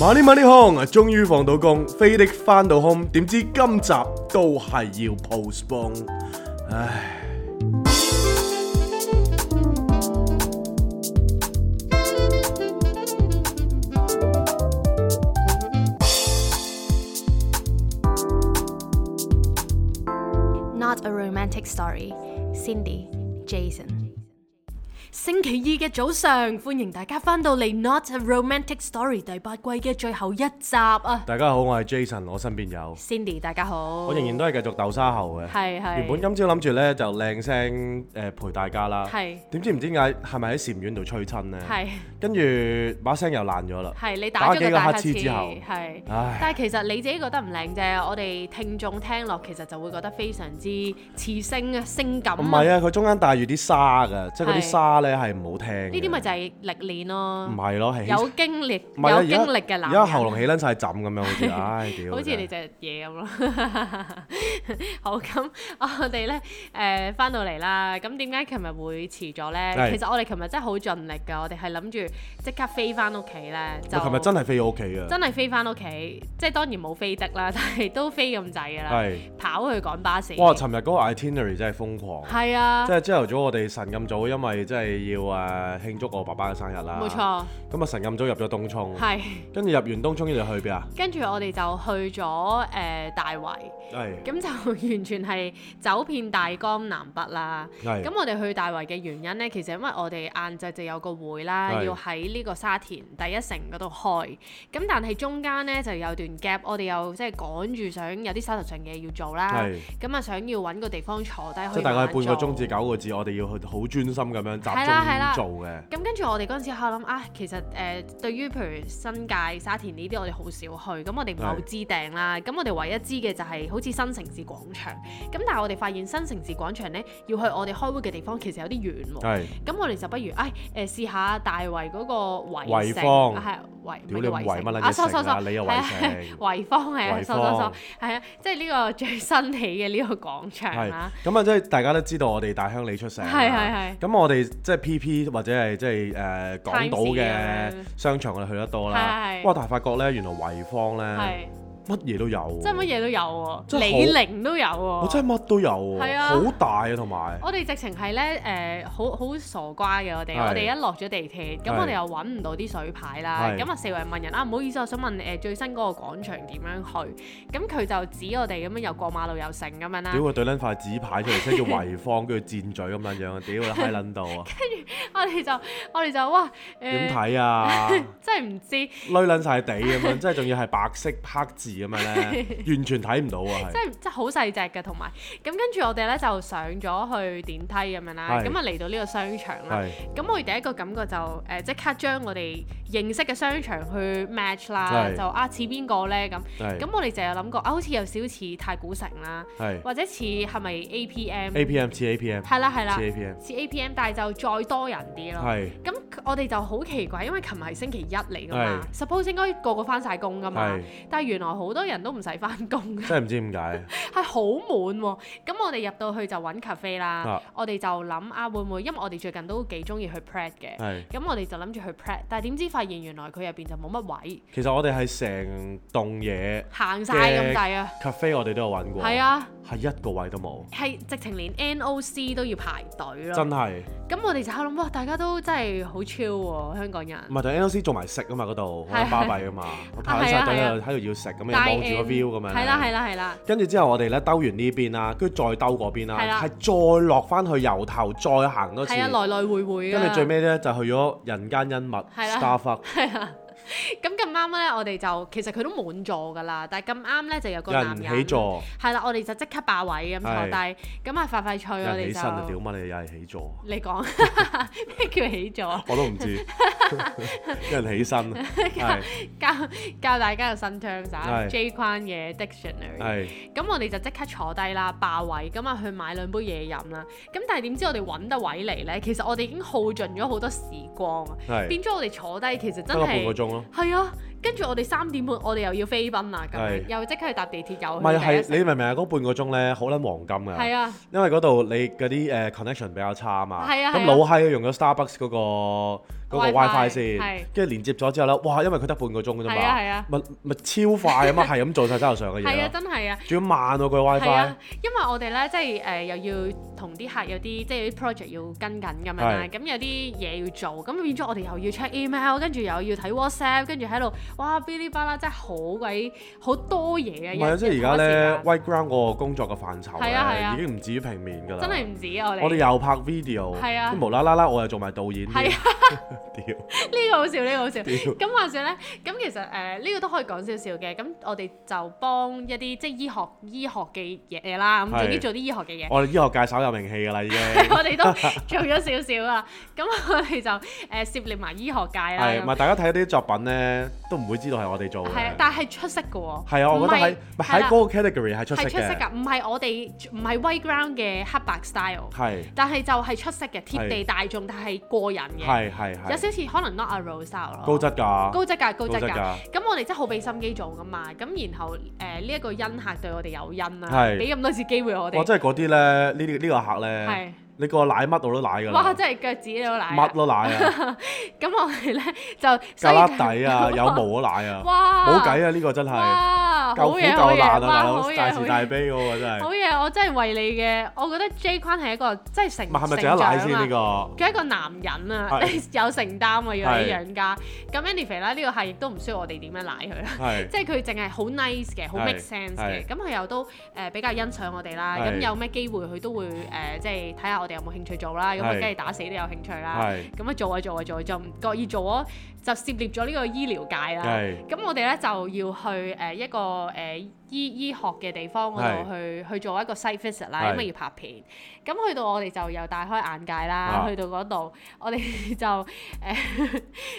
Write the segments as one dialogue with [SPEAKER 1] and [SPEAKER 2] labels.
[SPEAKER 1] Money Money Kong 終於放到工，飛的翻到 home，點知今集都係要 postpone，唉。
[SPEAKER 2] Not a romantic story. Cindy, Jason。
[SPEAKER 3] 星期二嘅早上，歡迎大家翻到嚟《Not a Romantic Story》第八季嘅最後一集啊
[SPEAKER 1] 大家好，我係 Jason，我身邊有，
[SPEAKER 3] ！Cindy，大家好。
[SPEAKER 1] 我仍然都係繼續豆沙喉嘅。
[SPEAKER 3] 係係
[SPEAKER 1] 原本今朝諗住咧就靚聲誒陪大家啦。
[SPEAKER 3] 係
[SPEAKER 1] 點知唔知點解係咪喺禪院度吹親咧？
[SPEAKER 3] 係
[SPEAKER 1] 跟住把聲又爛咗啦。
[SPEAKER 3] 係你打咗個
[SPEAKER 1] 打
[SPEAKER 3] 大
[SPEAKER 1] 幾個
[SPEAKER 3] 乞
[SPEAKER 1] 乞嗤
[SPEAKER 3] 嗤
[SPEAKER 1] 之後
[SPEAKER 3] 係。
[SPEAKER 1] 唉
[SPEAKER 3] 但係其實你自己覺得唔靚啫，我哋聽眾聽落其實就會覺得非常之磁性啊、性感
[SPEAKER 1] 唔係
[SPEAKER 3] 啊。
[SPEAKER 1] 啊，佢中間帶住啲沙㗎，即係嗰啲
[SPEAKER 3] 係
[SPEAKER 1] 沙咧係唔好聽嘅。
[SPEAKER 3] 呢啲咪就係歷練咯
[SPEAKER 1] 唔。係咯，係
[SPEAKER 3] 有經歷、
[SPEAKER 1] 唔係啊
[SPEAKER 3] 有
[SPEAKER 1] 而家
[SPEAKER 3] 經歷嘅男
[SPEAKER 1] 而家喉嚨
[SPEAKER 3] 人。
[SPEAKER 1] 起撚晒枕咁樣，好似唉屌！
[SPEAKER 3] 好似你
[SPEAKER 1] 真係
[SPEAKER 3] 隻嘢咁咯， 好咁，啊我哋咧誒翻到嚟啦。咁點解琴日會遲咗
[SPEAKER 1] 係
[SPEAKER 3] 咧？其實我哋琴日真係好盡力㗎，我哋係諗住即刻飛翻屋企咧。就
[SPEAKER 1] 我琴日真係飛咗屋企㗎，
[SPEAKER 3] 真係飛翻屋企，即係當然冇飛的啦， 但係都飛咁滯㗎啦，
[SPEAKER 1] 係
[SPEAKER 3] 跑去趕巴士。
[SPEAKER 1] 哇！尋日嗰個 itinerary 真係瘋狂，
[SPEAKER 3] 係啊
[SPEAKER 1] 即，係朝頭早我哋晨咁早，因為即係要誒慶祝我爸爸嘅生日啦。
[SPEAKER 3] 冇。錯，
[SPEAKER 1] 咁啊晨咁早入咗東涌，
[SPEAKER 3] 係。
[SPEAKER 1] 跟住入完東涌跟住去邊啊？
[SPEAKER 3] 跟住我哋就去咗誒、呃大圍，
[SPEAKER 1] 係
[SPEAKER 3] 咁就完全係走遍大江南北啦。咁
[SPEAKER 1] 係
[SPEAKER 3] 我哋去大圍嘅原因呢，其實因為我哋晏晝就有個會啦，
[SPEAKER 1] 係
[SPEAKER 3] 要喺呢個沙田第一城嗰度開。咁但係中間呢，就有段 gap，我哋又即係趕住想有啲手頭上嘅嘢要做啦。
[SPEAKER 1] 係，
[SPEAKER 3] 咁啊，想要揾個地方坐低去
[SPEAKER 1] 即係大概
[SPEAKER 3] 慢
[SPEAKER 1] 半
[SPEAKER 3] 慢
[SPEAKER 1] 個鐘
[SPEAKER 3] 做
[SPEAKER 1] 至九個字，我哋要去好專心咁樣
[SPEAKER 3] 係啦係啦
[SPEAKER 1] 集中做嘅。
[SPEAKER 3] 咁跟住我哋嗰陣時喺度諗啊，其實誒、呃、對於譬如新界沙田呢啲，我哋好少去，咁我哋唔係好
[SPEAKER 1] 係
[SPEAKER 3] 知訂啦。咁我哋唯一知嘅就係好似新城市廣場，咁但係我哋發現新城市廣場呢，要去我哋開會嘅地方其實有啲遠喎。
[SPEAKER 1] 係
[SPEAKER 3] 咁我哋就不如，唉，誒試下大圍嗰個
[SPEAKER 1] 圍
[SPEAKER 3] 圍城，
[SPEAKER 1] 坊
[SPEAKER 3] 啊係圍，
[SPEAKER 1] 屌你
[SPEAKER 3] 唔係叫
[SPEAKER 1] 圍乜撚嘢
[SPEAKER 3] 啊收
[SPEAKER 1] 城
[SPEAKER 3] 收
[SPEAKER 1] 啊
[SPEAKER 3] 收，
[SPEAKER 1] 你又
[SPEAKER 3] 係啊
[SPEAKER 1] 圍城
[SPEAKER 3] 圍坊係啊，
[SPEAKER 1] 圍
[SPEAKER 3] 收收收
[SPEAKER 1] 坊，
[SPEAKER 3] 係啊，即係呢個最新起嘅呢個廣場
[SPEAKER 1] 係
[SPEAKER 3] 啦，
[SPEAKER 1] 咁啊，即係大家都知道我哋大鄉里出城啦。
[SPEAKER 3] 係係係
[SPEAKER 1] 咁我哋即係 PP 或者係即係誒港島
[SPEAKER 3] Times 咁
[SPEAKER 1] 嘅
[SPEAKER 3] 樣
[SPEAKER 1] 商場，我哋去得多啦
[SPEAKER 3] 係。係
[SPEAKER 1] 哇！但係發覺咧，原來圍坊咧
[SPEAKER 3] 係，
[SPEAKER 1] 乜嘢都有喎，
[SPEAKER 3] 即係乜嘢都有喎，
[SPEAKER 1] 真係好
[SPEAKER 3] 李寧都有喎，
[SPEAKER 1] 我真係乜都有
[SPEAKER 3] 係
[SPEAKER 1] 喎，
[SPEAKER 3] 啊
[SPEAKER 1] 好大啊，同埋
[SPEAKER 3] 我哋直情係咧誒，好好傻瓜嘅我哋，
[SPEAKER 1] 係
[SPEAKER 3] 我哋一落咗地鐵，咁
[SPEAKER 1] 係
[SPEAKER 3] 我哋又揾唔到啲水牌啦，
[SPEAKER 1] 係
[SPEAKER 3] 咁啊四圍問人啊，唔好意思，我想問誒、呃最新嗰個廣場點樣去？咁佢就指我哋咁樣又過馬路又成咁樣啦
[SPEAKER 1] 屌。佢對撚塊紙牌出嚟， 寫叫圍坊，跟住箭嘴咁撚樣，屌你閪撚到啊！
[SPEAKER 3] 我哋就我哋就哇 誒，
[SPEAKER 1] 點
[SPEAKER 3] 呃、
[SPEAKER 1] 睇 啊？
[SPEAKER 3] 真係唔知，
[SPEAKER 1] 攣撚晒地咁樣，即係仲要係白色黑字咁樣 咧，完全睇唔到啊！係
[SPEAKER 3] 真係真係好細隻嘅，同埋咁跟住我哋咧就上咗去電梯咁樣啦，
[SPEAKER 1] 係
[SPEAKER 3] 咁啊嚟到呢個商場啦，
[SPEAKER 1] 係
[SPEAKER 3] 咁我哋第一個感覺就誒即、刻將我哋認識嘅商場去 match 啦，
[SPEAKER 1] 係
[SPEAKER 3] 就啊似邊個咧咁，
[SPEAKER 1] 係
[SPEAKER 3] 咁我哋就有諗過啊，好似有少少似太古城啦，
[SPEAKER 1] 係
[SPEAKER 3] 或者似係咪 APM？
[SPEAKER 1] APM 似 APM
[SPEAKER 3] 係啦係啦
[SPEAKER 1] 似，APM
[SPEAKER 3] 似 APM，但係就再多人啲咯。
[SPEAKER 1] 係
[SPEAKER 3] 咁我哋就好奇怪，因為琴日係星期一嚟噶嘛，suppose 應該個個翻晒工噶嘛
[SPEAKER 1] 係，
[SPEAKER 3] 但係原來好多人都唔使翻工㗎，
[SPEAKER 1] 真係唔知點解
[SPEAKER 3] 係好滿喎。咁我哋入到去就揾 cafe 啦
[SPEAKER 1] 啊，
[SPEAKER 3] 我哋就諗啊會唔會，因為我哋最近都幾中意去 Pret 嘅，
[SPEAKER 1] 係。
[SPEAKER 3] 咁我哋就諗住去 Pret，但係點知發現原來佢入邊就冇乜位，
[SPEAKER 1] 其實我哋係成棟 嘢
[SPEAKER 3] 行晒咁滯啊，
[SPEAKER 1] cafe，我哋都有揾過，
[SPEAKER 3] 係，啊。
[SPEAKER 1] 係一個位都冇，
[SPEAKER 3] 係直情連 NOC 都要排隊
[SPEAKER 1] 真
[SPEAKER 3] 咯。
[SPEAKER 1] 係
[SPEAKER 3] 咁我哋就喺度諗，哇！大家都真係好 chill 喎，香港人
[SPEAKER 1] 唔。係，但 NLC 做埋食啊嘛，嗰度好
[SPEAKER 3] 係
[SPEAKER 1] 巴閉啊嘛，我
[SPEAKER 3] 啊
[SPEAKER 1] 排
[SPEAKER 3] 係
[SPEAKER 1] 晒
[SPEAKER 3] 啊
[SPEAKER 1] 隊
[SPEAKER 3] 係
[SPEAKER 1] 喺度喺度要食咁樣望住個 view 咁樣。
[SPEAKER 3] 係啦係啦係啦，
[SPEAKER 1] 跟住之後，我哋咧兜完呢邊啦，跟住再兜嗰邊
[SPEAKER 3] 係
[SPEAKER 1] 啦，
[SPEAKER 3] 啦
[SPEAKER 1] 係再落翻去由頭再行多次，
[SPEAKER 3] 係啊，來來回回㗎。
[SPEAKER 1] 跟住最尾咧就去咗人間恩物
[SPEAKER 3] 係啦
[SPEAKER 1] Starfuck，
[SPEAKER 3] 咁咁啱咧，我哋就其實佢都滿座㗎啦，但係咁啱咧就有個
[SPEAKER 1] 有
[SPEAKER 3] 男
[SPEAKER 1] 人
[SPEAKER 3] 人
[SPEAKER 1] 起。座，
[SPEAKER 3] 係啦，我哋就即刻霸位咁坐
[SPEAKER 1] 係
[SPEAKER 3] 低，咁啊快快脆
[SPEAKER 1] 有
[SPEAKER 3] 我
[SPEAKER 1] 人起身啊！
[SPEAKER 3] 哋
[SPEAKER 1] 屌
[SPEAKER 3] 就。
[SPEAKER 1] 乜你有人起座，
[SPEAKER 3] 你講咩 叫起座？
[SPEAKER 1] 我都唔 知， 有人起身，啊係
[SPEAKER 3] 教教大家個新 terms 啊
[SPEAKER 1] 係
[SPEAKER 3] ，J 框嘅 dictionary。
[SPEAKER 1] 係
[SPEAKER 3] 咁我哋就即刻坐低啦，霸位咁啊去買兩杯嘢飲啦。咁但係點知我哋揾得位嚟呢？其實我哋已經耗盡咗好多時光啊，
[SPEAKER 1] 係，
[SPEAKER 3] 變咗我哋坐低其實
[SPEAKER 1] 得
[SPEAKER 3] 真
[SPEAKER 1] 個半個
[SPEAKER 3] 係
[SPEAKER 1] 鐘咯。
[SPEAKER 3] 係啊。跟住我哋三點半，我哋又要飛奔啦，咁
[SPEAKER 1] 係
[SPEAKER 3] 樣又即刻去搭地鐵
[SPEAKER 1] 唔
[SPEAKER 3] 又去
[SPEAKER 1] 係
[SPEAKER 3] 第一
[SPEAKER 1] 係
[SPEAKER 3] 城。
[SPEAKER 1] 你明唔明啊？嗰半個鐘咧好撚黃金㗎，
[SPEAKER 3] 係啊，
[SPEAKER 1] 因為嗰度你嗰啲誒呃 connection 比較差啊嘛，
[SPEAKER 3] 係啊
[SPEAKER 1] 咁
[SPEAKER 3] 係啊
[SPEAKER 1] 老閪都用咗 Starbucks 嗰個嗰個 WiFi
[SPEAKER 3] WiFi，
[SPEAKER 1] 先
[SPEAKER 3] 係，
[SPEAKER 1] 跟住連接咗之後咧，哇！因為佢得半個鐘㗎啫
[SPEAKER 3] 係啊係
[SPEAKER 1] 嘛
[SPEAKER 3] 啊，
[SPEAKER 1] 咪咪超快咁啊嘛，係咁做晒手頭上嘅
[SPEAKER 3] 係啊，
[SPEAKER 1] 嘢咯，
[SPEAKER 3] 真係啊。
[SPEAKER 1] 仲要慢喎佢
[SPEAKER 3] 係
[SPEAKER 1] WiFi
[SPEAKER 3] 啊。，因為我哋咧即係誒、呃又要同啲客有啲即係有啲 project 要跟緊咁樣啦，
[SPEAKER 1] 係
[SPEAKER 3] 咁有啲嘢要做，咁變咗我哋又要 check email，跟住又要睇 WhatsApp，跟住喺度哇哔哩吧啦，真係好鬼好多嘢啊！
[SPEAKER 1] 唔係啊，
[SPEAKER 3] 一
[SPEAKER 1] 即係而
[SPEAKER 3] 一
[SPEAKER 1] 家
[SPEAKER 3] 同一時
[SPEAKER 1] 咧
[SPEAKER 3] 間
[SPEAKER 1] White Ground 嗰個工作嘅範疇
[SPEAKER 3] 係啊係
[SPEAKER 1] 咧
[SPEAKER 3] 啊
[SPEAKER 1] 已經唔至於平面㗎啦，
[SPEAKER 3] 真係唔止啊！我哋
[SPEAKER 1] 我哋又拍 video，
[SPEAKER 3] 係啊
[SPEAKER 1] 跟住無啦啦啦我又做埋導演添，
[SPEAKER 3] 係啊，
[SPEAKER 1] 屌
[SPEAKER 3] 呢個好笑，呢、個好笑。
[SPEAKER 1] 屌，
[SPEAKER 3] 咁話說咧，咁其實誒呢、個都可以講少少嘅。咁我哋就幫一啲即係醫學醫學嘅嘢啦，咁
[SPEAKER 1] 係
[SPEAKER 3] 總之做啲醫學嘅嘢。
[SPEAKER 1] 我哋醫學界稍有名氣㗎啦已經，
[SPEAKER 3] 我哋都做咗少少啦，咁我哋就誒、呃涉獵埋醫學界啦。
[SPEAKER 1] 係
[SPEAKER 3] 咁
[SPEAKER 1] 咪大家睇啲作品咧都唔會知道係我哋做
[SPEAKER 3] 係啊
[SPEAKER 1] 嘅，？
[SPEAKER 3] 但係出色嘅喎。
[SPEAKER 1] 係啊，我覺得喺
[SPEAKER 3] 唔
[SPEAKER 1] 咪
[SPEAKER 3] 係
[SPEAKER 1] 喺
[SPEAKER 3] 啦
[SPEAKER 1] 嗰個 category 係出色
[SPEAKER 3] 係出色
[SPEAKER 1] 嘅，
[SPEAKER 3] 㗎，唔係我哋唔係 white ground 嘅黑白 style，
[SPEAKER 1] 係
[SPEAKER 3] 但係就係出色嘅貼
[SPEAKER 1] 係
[SPEAKER 3] 地大眾，但係過癮嘅，
[SPEAKER 1] 係係係
[SPEAKER 3] 有。少少可能 not a rose style 咯。
[SPEAKER 1] 高質㗎，
[SPEAKER 3] 高質㗎，高質
[SPEAKER 1] 高質
[SPEAKER 3] 㗎。
[SPEAKER 1] 㗎，
[SPEAKER 3] 咁我哋真係好俾心機做噶嘛，咁然後誒呢一個恩客對我哋有恩啦，
[SPEAKER 1] 係
[SPEAKER 3] 俾咁多次機會我
[SPEAKER 1] 哇！
[SPEAKER 3] 哋，
[SPEAKER 1] 真係嗰啲咧，呢啲呢個客咧，
[SPEAKER 3] 係
[SPEAKER 1] 你個奶乜我都奶㗎
[SPEAKER 3] 哇
[SPEAKER 1] 啦，
[SPEAKER 3] 真係腳趾都奶
[SPEAKER 1] 乜
[SPEAKER 3] 啊，
[SPEAKER 1] 都奶啊，
[SPEAKER 3] 咁我哋咧就
[SPEAKER 1] 格
[SPEAKER 3] 所以
[SPEAKER 1] 拉底 啊，有毛都奶啊，
[SPEAKER 3] 哇
[SPEAKER 1] 冇計啊！呢個真係
[SPEAKER 3] 哇
[SPEAKER 1] 夠
[SPEAKER 3] 好
[SPEAKER 1] 苦
[SPEAKER 3] 嘢好
[SPEAKER 1] 夠
[SPEAKER 3] 嘢
[SPEAKER 1] 難啊，
[SPEAKER 3] 哇
[SPEAKER 1] 大
[SPEAKER 3] 好
[SPEAKER 1] 佬
[SPEAKER 3] 嘢
[SPEAKER 1] 大
[SPEAKER 3] 好
[SPEAKER 1] 慈
[SPEAKER 3] 嘢
[SPEAKER 1] 大悲嗰個真
[SPEAKER 3] 好
[SPEAKER 1] 係，
[SPEAKER 3] 嘢，我真係為你嘅，我覺得 J 坤係一個真係成
[SPEAKER 1] 唔係係咪
[SPEAKER 3] 成
[SPEAKER 1] 值得奶
[SPEAKER 3] 長
[SPEAKER 1] 先呢
[SPEAKER 3] 啊。
[SPEAKER 1] 個？
[SPEAKER 3] 佢一個男人啊，
[SPEAKER 1] 係
[SPEAKER 3] 有承擔啊，要你
[SPEAKER 1] 係
[SPEAKER 3] 養家。咁 anyway 啦，呢個係亦都唔需要我哋點樣奶佢啦。
[SPEAKER 1] 係
[SPEAKER 3] 即係佢淨係好 nice 嘅，好
[SPEAKER 1] 係
[SPEAKER 3] make sense
[SPEAKER 1] 係
[SPEAKER 3] 嘅，咁佢又都誒比較欣賞我哋啦，
[SPEAKER 1] 係
[SPEAKER 3] 咁有咩機會佢都會誒即係睇下我哋有冇興趣做啦，咁
[SPEAKER 1] 係
[SPEAKER 3] 佢梗係打死都有興趣啦，
[SPEAKER 1] 係
[SPEAKER 3] 咁啊做啊做啊做啊，就唔覺意做咗就涉獵咗呢個醫療界啦。
[SPEAKER 1] 係
[SPEAKER 3] 咁我哋咧就要去誒一個誒醫醫學嘅地方嗰度去去做一個 site visit 啦，
[SPEAKER 1] 係
[SPEAKER 3] 因為要拍片。咁去到我哋就又大開眼界啦
[SPEAKER 1] 啊，
[SPEAKER 3] 去到嗰度我哋 就誒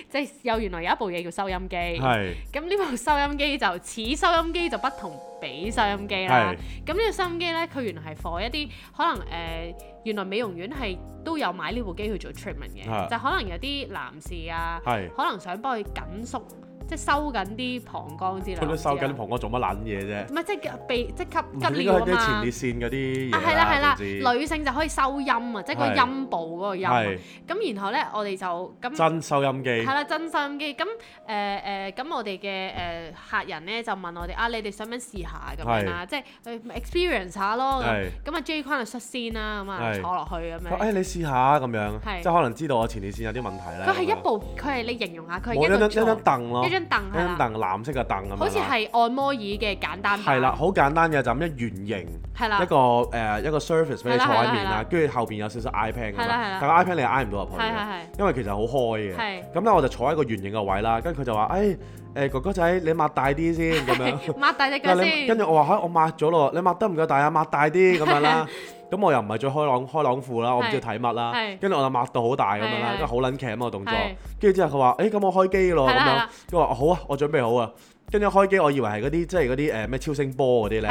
[SPEAKER 3] 即係有原來有一部嘢叫收音機。
[SPEAKER 1] 係
[SPEAKER 3] 咁呢部收音機就此收音機就不同彼收音機啦
[SPEAKER 1] 係。
[SPEAKER 3] 咁呢個收音機呢，佢原來係 for 一啲可能誒、呃原來美容院係都有買呢部機去做 treatment
[SPEAKER 1] 係
[SPEAKER 3] 嘅，就可能有啲男士啊，
[SPEAKER 1] 係，
[SPEAKER 3] 可能想幫佢緊縮，即係收緊啲膀胱之類。
[SPEAKER 1] 佢都收緊
[SPEAKER 3] 膀，
[SPEAKER 1] 膀胱做乜撚嘢啫？
[SPEAKER 3] 唔係即係被即係
[SPEAKER 1] 唔
[SPEAKER 3] 急
[SPEAKER 1] 係
[SPEAKER 3] 啊急
[SPEAKER 1] 應
[SPEAKER 3] 尿
[SPEAKER 1] 該係
[SPEAKER 3] 啊
[SPEAKER 1] 啲前
[SPEAKER 3] 嘛
[SPEAKER 1] 列。腺嗰啲
[SPEAKER 3] 啊，
[SPEAKER 1] 嘢
[SPEAKER 3] 係啦係
[SPEAKER 1] 總之
[SPEAKER 3] 啦，女性就可以收音啊，即係個
[SPEAKER 1] 係
[SPEAKER 3] 陰部嗰個音啊。
[SPEAKER 1] 係
[SPEAKER 3] 咁然後呢，我哋就咁
[SPEAKER 1] 真收音機，
[SPEAKER 3] 嗯係啦，真收音機咁誒誒，咁、我哋嘅誒客人咧就問我哋啊，你哋想唔想試下咁樣啊啦？即係去 experience 下咯。咁
[SPEAKER 1] 係。
[SPEAKER 3] 咁啊，J 坤就率先啦，咁啊
[SPEAKER 1] 係
[SPEAKER 3] 坐落去咁
[SPEAKER 1] 佢話哎誒
[SPEAKER 3] 樣。
[SPEAKER 1] 你試下咁樣，
[SPEAKER 3] 係
[SPEAKER 1] 即係可能知道我前列腺有啲問題咧。
[SPEAKER 3] 佢係
[SPEAKER 1] 咁樣
[SPEAKER 3] 一部，佢係你形容下，佢係
[SPEAKER 1] 冇
[SPEAKER 3] 一
[SPEAKER 1] 一張
[SPEAKER 3] 個
[SPEAKER 1] 一哦張
[SPEAKER 3] 床
[SPEAKER 1] 凳咯，
[SPEAKER 3] 一張凳
[SPEAKER 1] 一
[SPEAKER 3] 係
[SPEAKER 1] 張
[SPEAKER 3] 啦，
[SPEAKER 1] 凳藍色嘅凳咁樣啦。
[SPEAKER 3] 好似係按摩椅嘅簡單版。
[SPEAKER 1] 係啦，，好簡單嘅就咁一圓形
[SPEAKER 3] 係
[SPEAKER 1] 一
[SPEAKER 3] 啦，
[SPEAKER 1] 個誒一個 surface 俾你坐喺面
[SPEAKER 3] 啊係啦係
[SPEAKER 1] 啦
[SPEAKER 3] 啦，
[SPEAKER 1] 跟住後邊有少少 iPad 咁
[SPEAKER 3] 係啦係
[SPEAKER 1] 啦
[SPEAKER 3] 啦，
[SPEAKER 1] 但個 iPad 你係挨唔到入去
[SPEAKER 3] 係係
[SPEAKER 1] 嘅，
[SPEAKER 3] 係
[SPEAKER 1] 因為其實好開嘅。
[SPEAKER 3] 係。
[SPEAKER 1] 咁咧我就坐喺個圓形嘅位啦，跟住佢就話：誒誒哥哥仔，你擘大啲先咁 樣。
[SPEAKER 3] 擘大隻腳
[SPEAKER 1] 嗱你
[SPEAKER 3] 先，
[SPEAKER 1] 跟
[SPEAKER 3] 係
[SPEAKER 1] 住我話嚇，我抹咗咯，你抹得唔夠大啊，抹大啲咁樣 啦。咁我又唔係最開朗開朗褲啦，我唔知睇乜啦。
[SPEAKER 3] 係
[SPEAKER 1] 跟住我就抹到好大咁樣啦，
[SPEAKER 3] 係係
[SPEAKER 1] 跟住好撚劇啊嘛個動作
[SPEAKER 3] 係。
[SPEAKER 1] 跟住之後佢話：誒咁我開機咯
[SPEAKER 3] 係
[SPEAKER 1] 咁
[SPEAKER 3] 啦係
[SPEAKER 1] 樣
[SPEAKER 3] 啦。
[SPEAKER 1] 跟住我話好啊，我準備好啊。跟住一開機，我以為係嗰啲即係嗰啲誒咩超聲波嗰啲咧，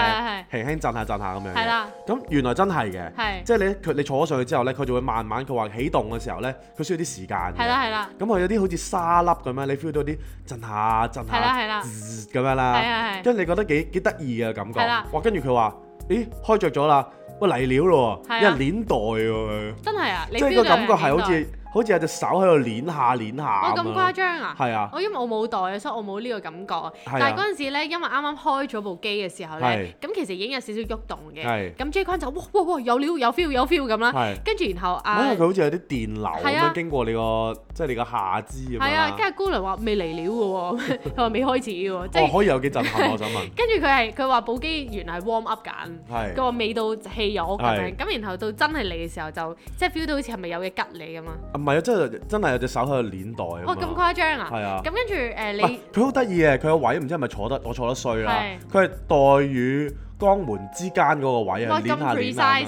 [SPEAKER 3] 係
[SPEAKER 1] 輕輕震下震下咁樣
[SPEAKER 3] 係
[SPEAKER 1] 嘅。
[SPEAKER 3] 啦，
[SPEAKER 1] 咁原來真係嘅，
[SPEAKER 3] 係
[SPEAKER 1] 即係你佢你坐咗上去之後咧，佢就會慢慢佢話起動嘅時候咧，佢需要啲時間嘅。
[SPEAKER 3] 係啦係啦，
[SPEAKER 1] 咁佢有啲好似沙粒咁樣，你 feel 到啲震下震
[SPEAKER 3] 係啦
[SPEAKER 1] 下
[SPEAKER 3] 係啦，
[SPEAKER 1] 滋咁樣
[SPEAKER 3] 係啊
[SPEAKER 1] 啦。
[SPEAKER 3] 係係
[SPEAKER 1] 啊跟住你覺得幾幾得意嘅感覺
[SPEAKER 3] 係啦，
[SPEAKER 1] 哇！跟住佢話：咦，開着咗啦，喂嚟料咯
[SPEAKER 3] 係
[SPEAKER 1] 喎，
[SPEAKER 3] 啊
[SPEAKER 1] 有人鏈袋喎，
[SPEAKER 3] 真係啊！你
[SPEAKER 1] 即係個
[SPEAKER 3] feel 到
[SPEAKER 1] 感覺係好
[SPEAKER 3] 有人
[SPEAKER 1] 似好似有隻手喺度鏈下鏈下
[SPEAKER 3] 我
[SPEAKER 1] 咁
[SPEAKER 3] 咁誇
[SPEAKER 1] 樣，
[SPEAKER 3] 張啊！
[SPEAKER 1] 係啊，
[SPEAKER 3] 我因為我冇袋啊，所以我冇呢個感覺啊。
[SPEAKER 1] 係啊
[SPEAKER 3] 但係嗰陣時咧，因為啱啱開咗部機嘅時候咧，咁其實已經有少少喐動
[SPEAKER 1] 係
[SPEAKER 3] 嘅。咁 J 君就哇哇哇有料有 feel 有 feel 咁啦。
[SPEAKER 1] 係，
[SPEAKER 3] 跟住然後
[SPEAKER 1] 唔係因
[SPEAKER 3] 啊
[SPEAKER 1] 為佢，好似有啲電流咁
[SPEAKER 3] 係啊
[SPEAKER 1] 樣經過你個即係你個下肢咁樣
[SPEAKER 3] 係啊，
[SPEAKER 1] 啦，
[SPEAKER 3] 跟住姑娘話未嚟料嘅喎， 佢話未開始嘅喎，即
[SPEAKER 1] 哦
[SPEAKER 3] 係
[SPEAKER 1] 可以有幾震撼，我想問，
[SPEAKER 3] 跟住佢係佢話部機原來係 warm up 緊。
[SPEAKER 1] 係
[SPEAKER 3] 佢話未到氣肉咁
[SPEAKER 1] 係
[SPEAKER 3] 樣，咁然後到真係嚟嘅時候就即係 feel 到好似係咪有嘢吉你咁啊？
[SPEAKER 1] 啊唔係啊？真係真係有隻手喺度鏈袋咁
[SPEAKER 3] 哇咁
[SPEAKER 1] 啊，
[SPEAKER 3] 誇張啊！
[SPEAKER 1] 係啊
[SPEAKER 3] 咁。跟住誒
[SPEAKER 1] 唔係
[SPEAKER 3] 你
[SPEAKER 1] 佢好得意嘅，佢個位唔知係咪坐得我坐得衰啦
[SPEAKER 3] 係，
[SPEAKER 1] 佢係袋與肛門之間嗰個位啊，
[SPEAKER 3] 哇
[SPEAKER 1] 攣下攣下咁
[SPEAKER 3] 咁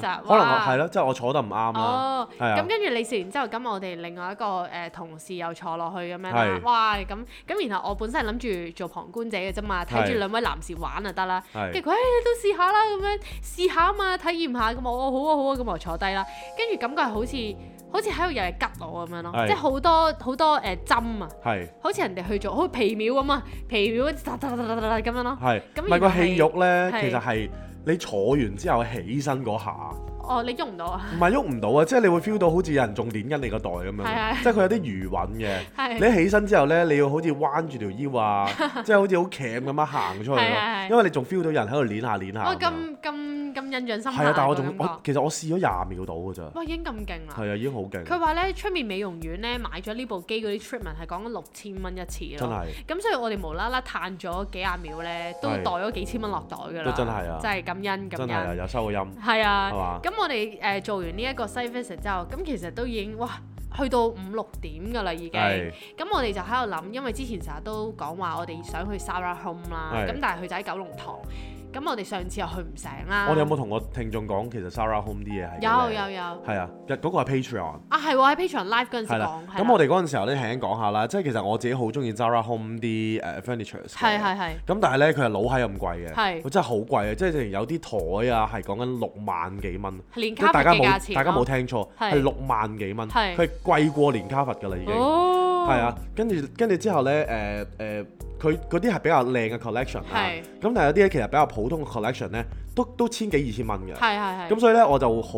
[SPEAKER 3] precise 啊
[SPEAKER 1] 樣，可能我
[SPEAKER 3] 哇
[SPEAKER 1] 係咯，即係我坐得唔啱啦。
[SPEAKER 3] 哦，
[SPEAKER 1] 係啊
[SPEAKER 3] 咁跟住你試完之後，咁我哋另外一個誒、呃同事又坐落去咁樣啦
[SPEAKER 1] 係，
[SPEAKER 3] 哇咁咁，然後我本身係諗住做旁觀者嘅啫嘛，睇
[SPEAKER 1] 係
[SPEAKER 3] 住兩位男士玩就得啦。
[SPEAKER 1] 係
[SPEAKER 3] 跟住佢誒哎都試下啦，咁樣試下啊嘛，體驗下咁我哦好啊好啊，咁我坐低啦。跟住感覺係好似好似喺度有嘢吉我咁樣
[SPEAKER 1] 係
[SPEAKER 3] 咯，即係好多好多誒針啊，
[SPEAKER 1] 係
[SPEAKER 3] 好似人哋去做好似皮秒咁啊，皮秒嗒嗒嗒嗒嗒嗒咁樣咯。
[SPEAKER 1] 係，
[SPEAKER 3] 咁
[SPEAKER 1] 唔係個
[SPEAKER 3] 然後係
[SPEAKER 1] 戲肉咧，
[SPEAKER 3] 係
[SPEAKER 1] 其實係你坐完之後起身嗰下，
[SPEAKER 3] 哦，你喐唔到啊？
[SPEAKER 1] 唔係喐唔到啊，即係你會 feel 到好似有人仲攆緊你個袋咁樣，
[SPEAKER 3] 係係
[SPEAKER 1] 即係佢有啲餘韻嘅。你
[SPEAKER 3] 係
[SPEAKER 1] 一起身之後咧，你要好似彎住條腰啊， 即係好似好鉗咁樣行出去
[SPEAKER 3] 係
[SPEAKER 1] 咯
[SPEAKER 3] 係，係
[SPEAKER 1] 因為你仲 feel 到有人喺度攆下攆下
[SPEAKER 3] 我
[SPEAKER 1] 咁樣。
[SPEAKER 3] 咁咁咁印象深刻
[SPEAKER 1] 係啊，但係我仲
[SPEAKER 3] 個感
[SPEAKER 1] 我
[SPEAKER 3] 覺
[SPEAKER 1] 其實我試咗廿秒到㗎咋，
[SPEAKER 3] 哇已經咁勁啦！
[SPEAKER 1] 係啊，已經好勁，
[SPEAKER 3] 佢話咧出面美容院咧買咗呢部機嗰啲 treatment 係講緊六千蚊一次
[SPEAKER 1] 真
[SPEAKER 3] 咯。
[SPEAKER 1] 係
[SPEAKER 3] 咁所以我哋無啦啦嘆咗幾廿秒咧，都
[SPEAKER 1] 係
[SPEAKER 3] 袋咗幾千蚊落袋㗎啦。
[SPEAKER 1] 都真係啊
[SPEAKER 3] 真係感恩感
[SPEAKER 1] 真係啊，
[SPEAKER 3] 恩。
[SPEAKER 1] 有收個音
[SPEAKER 3] 係
[SPEAKER 1] 係
[SPEAKER 3] 啊，
[SPEAKER 1] 嘛？
[SPEAKER 3] 咁我哋誒、呃做完呢一個 site visit 之後，咁其實都已經哇去到五六點㗎啦已經。
[SPEAKER 1] 係
[SPEAKER 3] 咁我哋就喺度諗，因為之前成日都講話我哋想去 Sarah Home 啦，
[SPEAKER 1] 係
[SPEAKER 3] 咁但係佢就喺九龍塘，咁我哋上次又去唔成啦。
[SPEAKER 1] 我哋有冇同個聽眾講其實 Sarah Home 啲嘢係咩
[SPEAKER 3] 有
[SPEAKER 1] 咧
[SPEAKER 3] 有有啊
[SPEAKER 1] 係啊，嗰個係 Patreon。
[SPEAKER 3] 係喎喺 Patreon Live 嗰陣時
[SPEAKER 1] 係啦
[SPEAKER 3] 講，，
[SPEAKER 1] 咁我哋嗰陣時候咧，輕輕講下啦，即係其實我自己好中意 Zara Home 啲誒呃 furniture。
[SPEAKER 3] 係係。係
[SPEAKER 1] 咁但係咧，佢係老閪咁貴嘅，
[SPEAKER 3] 係
[SPEAKER 1] 佢真係好貴嘅，啊即係連有啲台啊係講緊六萬幾蚊，
[SPEAKER 3] 連
[SPEAKER 1] 即係
[SPEAKER 3] 卡
[SPEAKER 1] 大
[SPEAKER 3] 佛
[SPEAKER 1] 家
[SPEAKER 3] 嘅價
[SPEAKER 1] 冇
[SPEAKER 3] 錢咯，
[SPEAKER 1] 大家冇聽錯，
[SPEAKER 3] 係
[SPEAKER 1] 係六萬幾蚊，
[SPEAKER 3] 係
[SPEAKER 1] 佢係貴過連卡佛㗎啦已經。
[SPEAKER 3] 哦，
[SPEAKER 1] 係啊，跟住跟住之後咧，誒誒，佢嗰啲係比較靚嘅 collection 啦，
[SPEAKER 3] 係
[SPEAKER 1] 咁但係有啲咧其實比較普通嘅 collection 咧，都都千幾二千蚊嘅。
[SPEAKER 3] 係係係，
[SPEAKER 1] 咁所以咧我就好，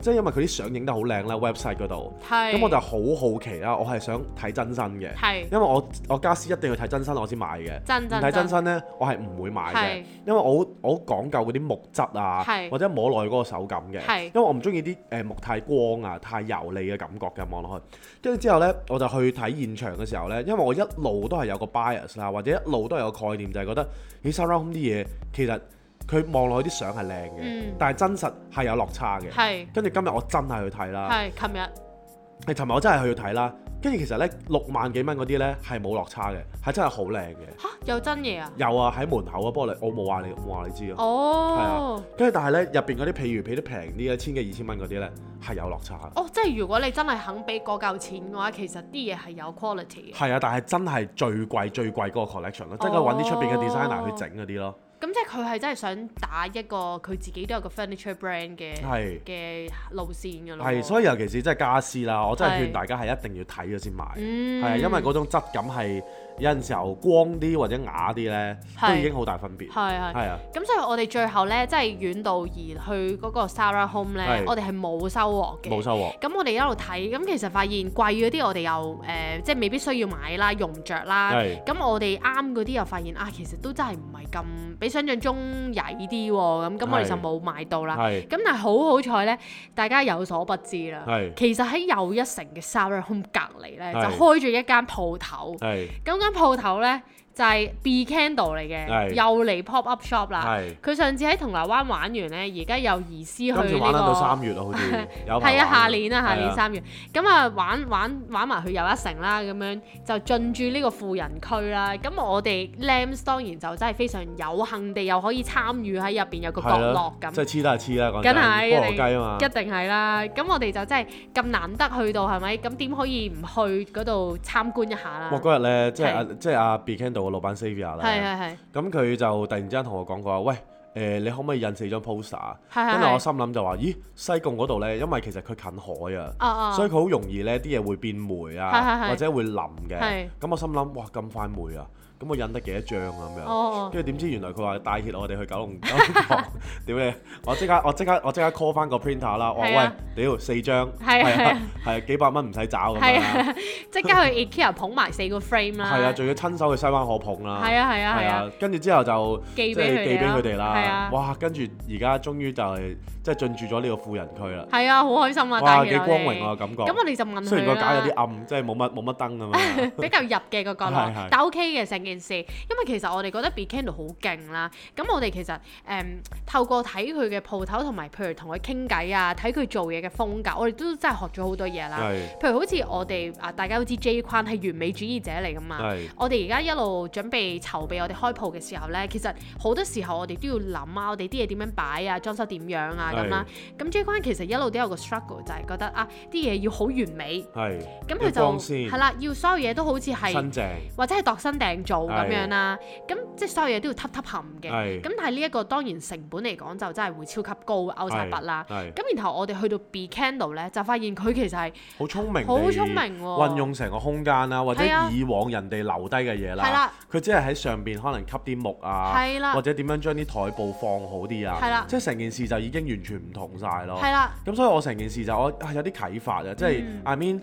[SPEAKER 1] 即係因為佢啲相影得好靚啦，website 嗰度。
[SPEAKER 3] 係
[SPEAKER 1] 咁我就好好奇啦，我係想睇真身嘅，
[SPEAKER 3] 係
[SPEAKER 1] 因為我我家私一定要睇真身我先買嘅，
[SPEAKER 3] 真
[SPEAKER 1] 唔
[SPEAKER 3] 真
[SPEAKER 1] 睇真身呢，我係唔會買嘅
[SPEAKER 3] 係，
[SPEAKER 1] 因為我好我好講究嗰啲木質啊
[SPEAKER 3] 係，
[SPEAKER 1] 或者摸落去嗰個手感嘅，
[SPEAKER 3] 係
[SPEAKER 1] 因為我唔中意啲誒木太光啊、太油膩嘅感覺嘅望落去。跟住之後呢，我就去睇現場嘅時候呢，因為我一路都係有個 bias 啦，或者一路都有個概念，就係覺得咦 s a r a 啲嘢其實佢望落去啲相係靚嘅，
[SPEAKER 3] 嗯
[SPEAKER 1] 但係真實係有落差嘅。
[SPEAKER 3] 係
[SPEAKER 1] 跟住今日我真係去睇啦。
[SPEAKER 3] 係琴日
[SPEAKER 1] 係尋日我真係去睇啦，跟住其實咧六萬幾蚊嗰啲咧係冇落差嘅，係真係好靚嘅。
[SPEAKER 3] 吓有真嘢啊！
[SPEAKER 1] 有啊，喺門口啊，不過你我冇話你冇話你知啊。
[SPEAKER 3] 哦
[SPEAKER 1] 跟住但係咧入邊嗰啲譬如俾啲平啲啊，千幾二千蚊嗰啲咧係有落差嘅。
[SPEAKER 3] 哦，即係如果你真係肯俾嗰嚿錢嘅話，其實啲嘢係有 quality 嘅。
[SPEAKER 1] 係啊，但係真係最貴最貴嗰個 collection 咯，
[SPEAKER 3] 哦
[SPEAKER 1] 即係佢揾啲出邊嘅 designer 去整嗰啲咯。
[SPEAKER 3] 咁即係佢係真係想打一個佢自己都有個 furniture brand 嘅
[SPEAKER 1] 係
[SPEAKER 3] 嘅路線㗎咯。
[SPEAKER 1] 係，所
[SPEAKER 3] 以
[SPEAKER 1] 以尤其是即係家私啦，我真係
[SPEAKER 3] 係
[SPEAKER 1] 勸大家係一定要睇咗先買。
[SPEAKER 3] 嗯
[SPEAKER 1] 係啊，因為嗰種質感係有陣時候光啲或者雅啲咧，都
[SPEAKER 3] 係
[SPEAKER 1] 已經好大分別。
[SPEAKER 3] 係係。
[SPEAKER 1] 係啊，
[SPEAKER 3] 咁所以我哋最後咧，即係遠道而去嗰個 Sarah Home 咧
[SPEAKER 1] 係，
[SPEAKER 3] 我哋係冇收穫嘅。
[SPEAKER 1] 冇收穫。
[SPEAKER 3] 咁我哋一路睇，咁其實發現貴嗰啲我哋又誒、呃即係未必需要買啦，用唔着啦。
[SPEAKER 1] 係
[SPEAKER 3] 咁我哋啱嗰啲又發現啊，其實都真係唔係咁比想象中曳啲喎。咁咁我哋
[SPEAKER 1] 係
[SPEAKER 3] 就冇買到啦。
[SPEAKER 1] 係
[SPEAKER 3] 咁但係好好彩咧，大家有所不知啦。
[SPEAKER 1] 係
[SPEAKER 3] 其實喺又一城嘅 Sarah Home 隔離咧，就
[SPEAKER 1] 係
[SPEAKER 3] 開住一間鋪頭。
[SPEAKER 1] 係。
[SPEAKER 3] 咁間鋪頭咧就係、Be Candle 嚟嘅，
[SPEAKER 1] 係
[SPEAKER 3] 又嚟 pop up shop 啦。
[SPEAKER 1] 係
[SPEAKER 3] 佢上次喺銅鑼灣玩完咧，而家又移師去呢、
[SPEAKER 1] 今次
[SPEAKER 3] 個。
[SPEAKER 1] 玩得到三月啦，好似 有排
[SPEAKER 3] 係啊，
[SPEAKER 1] 玩
[SPEAKER 3] 下年啊，下
[SPEAKER 1] 係
[SPEAKER 3] 年三月，咁啊玩玩玩埋去又一城啦，咁樣就進駐呢個富人區啦。咁我哋 Lams 當然就真係非常有幸地又可以參與喺入邊有個角
[SPEAKER 1] 係啊
[SPEAKER 3] 落咁
[SPEAKER 1] 即，係黐都係黐啦，講
[SPEAKER 3] 梗
[SPEAKER 1] 真，
[SPEAKER 3] 係
[SPEAKER 1] 菠蘿雞啊嘛
[SPEAKER 3] 一，定係啦。咁我哋就真係咁難得去到係咪？咁點可以唔去嗰度參觀一下啦
[SPEAKER 1] 哇！？嗰日咧，即係阿
[SPEAKER 3] 啊係
[SPEAKER 1] 即係阿 Be Candle 嘅老闆 Savia
[SPEAKER 3] 係
[SPEAKER 1] 咧，
[SPEAKER 3] 係係
[SPEAKER 1] 咁佢就突然之間同我講過話，喂。誒、你可唔可以印四張 poster？啊
[SPEAKER 3] 係
[SPEAKER 1] 跟住我
[SPEAKER 3] 係係，
[SPEAKER 1] 心諗就話，咦，西貢嗰度呢，因為其實佢近海啊，
[SPEAKER 3] 啊啊，
[SPEAKER 1] 所以佢好容易呢啲嘢會變霉
[SPEAKER 3] 係係
[SPEAKER 1] 啊，
[SPEAKER 3] 係
[SPEAKER 1] 或者會腍嘅
[SPEAKER 3] 係。
[SPEAKER 1] 咁我心諗，哇，咁快霉啊！咁我印得幾多張啊咁樣？
[SPEAKER 3] 哦
[SPEAKER 1] 跟住點知原來佢話帶挈我哋去九龍九龍 塘，屌你！我即刻我即刻我即刻 call 翻個 printer 啦，我
[SPEAKER 3] 係
[SPEAKER 1] 話
[SPEAKER 3] 啊
[SPEAKER 1] 喂，屌四張，
[SPEAKER 3] 係啊係啊，
[SPEAKER 1] 係啊幾百蚊唔使找咁
[SPEAKER 3] 係
[SPEAKER 1] 樣
[SPEAKER 3] 啊
[SPEAKER 1] 啦，
[SPEAKER 3] 即刻去 IKEA 捧埋四個 frame 啦，
[SPEAKER 1] 係啊，仲要親手去西灣河捧啦，
[SPEAKER 3] 係啊係啊係啊，，
[SPEAKER 1] 跟住之後就
[SPEAKER 3] 寄
[SPEAKER 1] 即
[SPEAKER 3] 俾
[SPEAKER 1] 係
[SPEAKER 3] 佢哋
[SPEAKER 1] 寄俾
[SPEAKER 3] 啦
[SPEAKER 1] 佢哋
[SPEAKER 3] 係啊
[SPEAKER 1] 啦，哇！跟住而家終於就係即係進駐咗呢個富人區啦，
[SPEAKER 3] 係啊，好開心
[SPEAKER 1] 哇！
[SPEAKER 3] 啊！帶
[SPEAKER 1] 幾
[SPEAKER 3] 挈
[SPEAKER 1] 光
[SPEAKER 3] 我哋
[SPEAKER 1] 榮啊個感覺
[SPEAKER 3] 咁，我哋就問
[SPEAKER 1] 雖
[SPEAKER 3] 佢
[SPEAKER 1] 然個架
[SPEAKER 3] 啦
[SPEAKER 1] 有啲暗，即係冇乜冇乜燈咁 樣，
[SPEAKER 3] 比較入嘅個角落
[SPEAKER 1] 係係，
[SPEAKER 3] 但 OK 嘅成件事，因為其實我哋覺得 Be Candle 好勁啦。咁我哋其實誒、嗯透過睇佢嘅鋪頭同埋，譬如同佢傾偈啊，睇佢做嘢嘅風格，我哋都真係學咗好多嘢啦。
[SPEAKER 1] 係
[SPEAKER 3] 譬如好似我哋啊，大家都知 J 框係完美主義者嚟噶嘛。
[SPEAKER 1] 係
[SPEAKER 3] 我哋而家一路準備籌備我哋開鋪嘅時候呢，其實好多時候我哋都要諗啊，我哋啲嘢點樣擺啊，裝修點樣啊咁啦。咁 J 框其實一路都有個 struggle，就係覺得啊，啲嘢要好完美，
[SPEAKER 1] 係
[SPEAKER 3] 咁佢
[SPEAKER 1] 要光
[SPEAKER 3] 就
[SPEAKER 1] 鮮
[SPEAKER 3] 係啦，要所有嘢都好似係
[SPEAKER 1] 新淨
[SPEAKER 3] 或者係度身訂造咁樣啦。咁即係所有嘢都要揼揼冚嘅。
[SPEAKER 1] 係
[SPEAKER 3] 咁但係呢一個當然成本嚟講就真係會超級高，out 晒筆啦。
[SPEAKER 1] 係係
[SPEAKER 3] 咁然後我哋去到 b c a n d l e 咧，就發現佢其實係
[SPEAKER 1] 好聰明，
[SPEAKER 3] 好聰明喎
[SPEAKER 1] 運用成個空間啦，或者
[SPEAKER 3] 係啊
[SPEAKER 1] 以往人哋留低嘅嘢
[SPEAKER 3] 係
[SPEAKER 1] 啦
[SPEAKER 3] 啦，
[SPEAKER 1] 佢只係喺上邊可能吸啲木啊
[SPEAKER 3] 係，啦
[SPEAKER 1] 或者點樣將啲台布放好啲
[SPEAKER 3] 係
[SPEAKER 1] 啊
[SPEAKER 3] 啦，
[SPEAKER 1] 即係成件事就已經完全唔同晒咯。
[SPEAKER 3] 係啦。嗯
[SPEAKER 1] 咁所以我成件事就我啊有啲啟發啊，即係 I mean。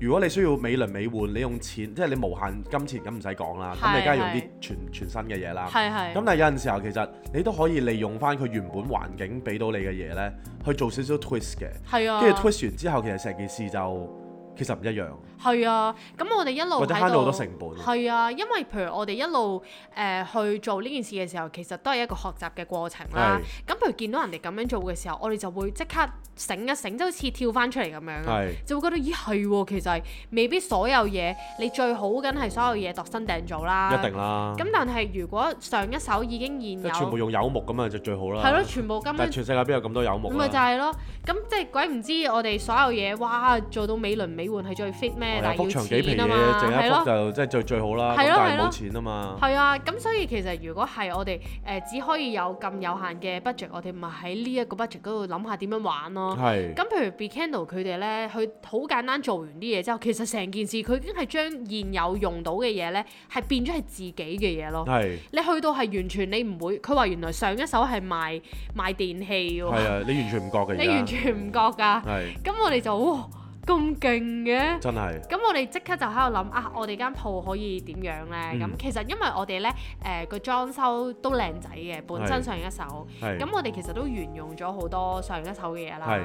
[SPEAKER 1] 如果你需要美輪美奐，你用錢即係你無限金錢咁唔使講啦，咁你
[SPEAKER 3] 係
[SPEAKER 1] 梗係用啲
[SPEAKER 3] 係
[SPEAKER 1] 全全新嘅嘢啦。
[SPEAKER 3] 係係
[SPEAKER 1] 啊咁但係有陣時候其實你都可以利用翻佢原本環境俾到你嘅嘢呢，去做少少 twist 嘅。
[SPEAKER 3] 係啊，
[SPEAKER 1] 跟住 twist 完之後，其實成件事就其實唔一樣。
[SPEAKER 3] 係啊，咁我哋一路
[SPEAKER 1] 或者
[SPEAKER 3] 喺
[SPEAKER 1] 慳到好
[SPEAKER 3] 度
[SPEAKER 1] 多成本
[SPEAKER 3] 係啊，因為譬如我哋一路誒、呃去做呢件事嘅時候，其實都係一個學習嘅過程啦。咁譬如見到人哋咁樣做嘅時候，我哋就會即刻醒一醒，即係好似跳翻出嚟咁樣啊
[SPEAKER 1] 係
[SPEAKER 3] 就會覺得咦係喎，其實係未必所有嘢你最好梗係所有嘢度身訂做啦。
[SPEAKER 1] 一定啦。
[SPEAKER 3] 啊咁但係如果上一手已經現有
[SPEAKER 1] 全部
[SPEAKER 3] 係
[SPEAKER 1] 用柚木咁啊，就最好啦。
[SPEAKER 3] 咯，全部根
[SPEAKER 1] 但
[SPEAKER 3] 本
[SPEAKER 1] 係全世界邊有咁多柚木啊
[SPEAKER 3] 咪就
[SPEAKER 1] 啦？
[SPEAKER 3] 係咯，咁即係鬼唔知我哋所有嘢，哇做到美輪美奐係最 fit 咩？
[SPEAKER 1] 我
[SPEAKER 3] 但
[SPEAKER 1] 有幅哦長
[SPEAKER 3] 係
[SPEAKER 1] 幾
[SPEAKER 3] 要
[SPEAKER 1] 皮
[SPEAKER 3] 錢
[SPEAKER 1] 嘢，
[SPEAKER 3] 啊嘛，
[SPEAKER 1] 整
[SPEAKER 3] 係
[SPEAKER 1] 一幅
[SPEAKER 3] 咯。
[SPEAKER 1] 就即係最最好啦。咁
[SPEAKER 3] 係咯
[SPEAKER 1] 但
[SPEAKER 3] 係
[SPEAKER 1] 係
[SPEAKER 3] 咯
[SPEAKER 1] 冇錢啊嘛。
[SPEAKER 3] 係啊，咁所以其實如果係我哋誒、呃只可以有咁有限嘅 budget，我哋咪喺呢一個 budget 嗰度諗下點樣玩咯。
[SPEAKER 1] 係
[SPEAKER 3] 咁譬如 b e c a n d l e 佢哋咧，佢好簡單做完啲嘢之後，其實成件事佢已經係將現有用到嘅嘢咧，係變咗係自己嘅嘢咯。
[SPEAKER 1] 係
[SPEAKER 3] 你去到係完全你唔會，佢話原來上一手係賣賣電
[SPEAKER 1] 係
[SPEAKER 3] 器喎，
[SPEAKER 1] 啊！你完全唔覺嘅而家。
[SPEAKER 3] 你完全唔覺㗎。
[SPEAKER 1] 係
[SPEAKER 3] 咁我哋就哇咁勁嘅。
[SPEAKER 1] 真係
[SPEAKER 3] 咁我哋即刻就喺度諗啊，我哋間鋪可以點樣呢？咁、
[SPEAKER 1] 嗯
[SPEAKER 3] 其實因為我哋呢誒個、裝修都靚仔嘅，本
[SPEAKER 1] 係
[SPEAKER 3] 身上一手，
[SPEAKER 1] 係
[SPEAKER 3] 咁啊我哋其實都沿用咗好多上一手嘅嘢啦
[SPEAKER 1] 係。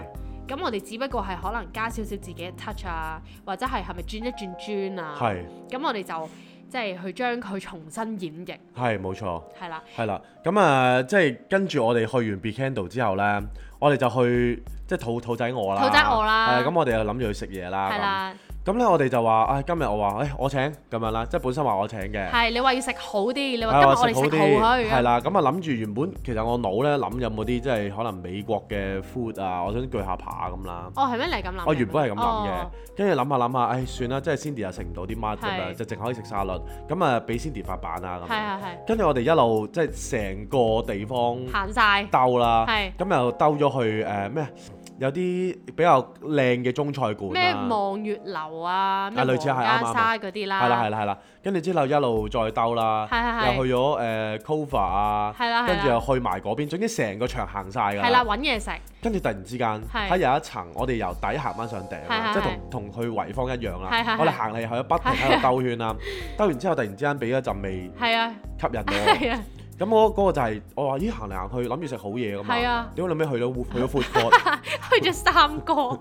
[SPEAKER 3] 咁我哋只不過係可能加少少自己嘅 touch 啊，或者係係咪轉一轉磚啊？
[SPEAKER 1] 係
[SPEAKER 3] 咁我哋就即係去將佢重新演繹，
[SPEAKER 1] 係冇錯。
[SPEAKER 3] 係啦，
[SPEAKER 1] 係啦，咁啊，即係跟住我哋去完 b e c a n d l e 之後呢，我哋就去即係肚肚仔餓啦，
[SPEAKER 3] 肚仔餓啦
[SPEAKER 1] 係咁我哋就諗住去食嘢啦，
[SPEAKER 3] 係啦，
[SPEAKER 1] 咁咧我哋就話，唉、今日我話，唉、我請咁樣啦，即係本身話我請嘅，
[SPEAKER 3] 係你話要食好啲，你話
[SPEAKER 1] 唉
[SPEAKER 3] 今日
[SPEAKER 1] 我
[SPEAKER 3] 我哋食好佢，
[SPEAKER 1] 係啦，咁啊諗住原本其實我腦咧諗有冇啲即係可能美國嘅 food 啊，我想鋸下扒咁啦。
[SPEAKER 3] 哦係咩？你係咁諗嘅？
[SPEAKER 1] 我原本係咁諗嘅
[SPEAKER 3] 哦，
[SPEAKER 1] 跟住諗下諗下，唉、算啦，即係 Cindy 又食唔到啲乜咁樣，
[SPEAKER 3] 係
[SPEAKER 1] 就淨可以食沙律，咁啊俾 Cindy 發版啊咁
[SPEAKER 3] 係
[SPEAKER 1] 樣。
[SPEAKER 3] 係係
[SPEAKER 1] 跟住我哋一路即係成個地方
[SPEAKER 3] 行晒。
[SPEAKER 1] 兜啦，
[SPEAKER 3] 係
[SPEAKER 1] 咁又兜咗去誒咩、有啲比較靚嘅中菜館啊
[SPEAKER 3] 咩
[SPEAKER 1] 啦。
[SPEAKER 3] 望月樓啊，咩
[SPEAKER 1] 啊類似係
[SPEAKER 3] 黃
[SPEAKER 1] 啱
[SPEAKER 3] 家
[SPEAKER 1] 啱
[SPEAKER 3] 沙嗰啲啦，
[SPEAKER 1] 係啦係啦係啦，跟住之後一路再兜啦，
[SPEAKER 3] 係係係
[SPEAKER 1] 又去咗誒 cover 啊
[SPEAKER 3] 係啦係，啦
[SPEAKER 1] 跟住又去埋嗰邊，總之成個場行晒
[SPEAKER 3] 係
[SPEAKER 1] 㗎
[SPEAKER 3] 啦
[SPEAKER 1] 啦。
[SPEAKER 3] 揾嘢食，
[SPEAKER 1] 跟住突然之間
[SPEAKER 3] 係
[SPEAKER 1] 喺有一層，我哋由底行翻上頂啦，
[SPEAKER 3] 係係
[SPEAKER 1] 即係
[SPEAKER 3] 係
[SPEAKER 1] 同同去維坊一樣
[SPEAKER 3] 係
[SPEAKER 1] 啦
[SPEAKER 3] 係係。
[SPEAKER 1] 我哋行嚟去去不停喺度兜圈啦，兜完之後突然之間俾一陣味
[SPEAKER 3] 係啊
[SPEAKER 1] 吸引我。
[SPEAKER 3] 係啊，
[SPEAKER 1] 咁我嗰個就係我話咦行嚟行去諗住食好嘢㗎嘛，
[SPEAKER 3] 係啊
[SPEAKER 1] 屌你咩去到去到 food court。
[SPEAKER 3] 去咗三個，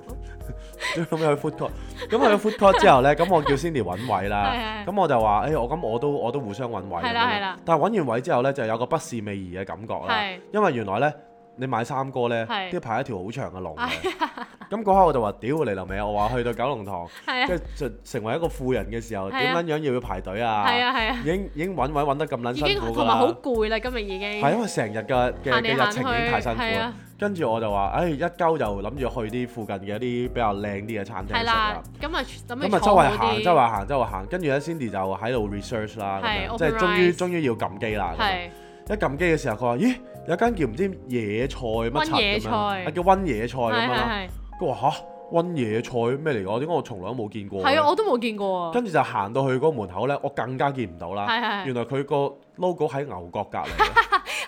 [SPEAKER 1] 咁去 food court，咁去咗 food court 之後咧，咁我叫 Cindy 揾位啦，
[SPEAKER 3] 係係
[SPEAKER 1] 咁我就話：，誒，我咁我都我都互相揾位咁樣。
[SPEAKER 3] 係啦係啦
[SPEAKER 1] 但係揾完位之後咧，就有個不是味兒嘅感覺啦
[SPEAKER 3] 係，
[SPEAKER 1] 因為原來咧，你買三哥咧，
[SPEAKER 3] 係
[SPEAKER 1] 都要排一條好長嘅龍嘅。啊咁嗰刻我就話：，屌你老味啊！我話去到九龍 塘，
[SPEAKER 3] 係啊
[SPEAKER 1] 跟住就成為一個富人嘅時候，
[SPEAKER 3] 係啊
[SPEAKER 1] 點撚樣要排隊啊？
[SPEAKER 3] 係啊係啊，
[SPEAKER 1] 已經已經揾位揾得咁撚
[SPEAKER 3] 已
[SPEAKER 1] 辛
[SPEAKER 3] 經
[SPEAKER 1] 苦
[SPEAKER 3] 同
[SPEAKER 1] 㗎
[SPEAKER 3] 埋好
[SPEAKER 1] 啦。
[SPEAKER 3] 攰啦，今日已經
[SPEAKER 1] 係啊因為成日嘅嘅嘅
[SPEAKER 3] 行嚟
[SPEAKER 1] 日
[SPEAKER 3] 行
[SPEAKER 1] 程已經太辛苦
[SPEAKER 3] 去係
[SPEAKER 1] 啦
[SPEAKER 3] 啊，
[SPEAKER 1] 跟住我就話：，誒一鳩就諗住去啲附近嘅一啲比較靚啲嘅餐廳
[SPEAKER 3] 係
[SPEAKER 1] 食
[SPEAKER 3] 啦
[SPEAKER 1] 啦。，
[SPEAKER 3] 咁啊咁
[SPEAKER 1] 咁啊，
[SPEAKER 3] 啊
[SPEAKER 1] 周圍行，周
[SPEAKER 3] 圍
[SPEAKER 1] 圍行，周圍行，跟住咧，Cindy 就喺度 research 啦，咁
[SPEAKER 3] 係
[SPEAKER 1] 樣
[SPEAKER 3] open
[SPEAKER 1] 即係終於
[SPEAKER 3] rice
[SPEAKER 1] 終於要撳機啦。咁樣
[SPEAKER 3] 係
[SPEAKER 1] 一撳機嘅時候，佢話：咦，有間叫唔知野菜乜
[SPEAKER 3] 溫
[SPEAKER 1] 柒
[SPEAKER 3] 野
[SPEAKER 1] 咁樣，
[SPEAKER 3] 菜
[SPEAKER 1] 啊叫温野菜咁
[SPEAKER 3] 係
[SPEAKER 1] 樣啦。
[SPEAKER 3] 係
[SPEAKER 1] 佢話吓，温野菜咩嚟㗎？我點解我從來都冇見過
[SPEAKER 3] 係，
[SPEAKER 1] 嘅？
[SPEAKER 3] 係啊我都冇見過啊，
[SPEAKER 1] 跟住就行到去嗰個門口咧，我更加見唔到啦。
[SPEAKER 3] 係係
[SPEAKER 1] 啊原來佢個 logo 喺牛角隔離，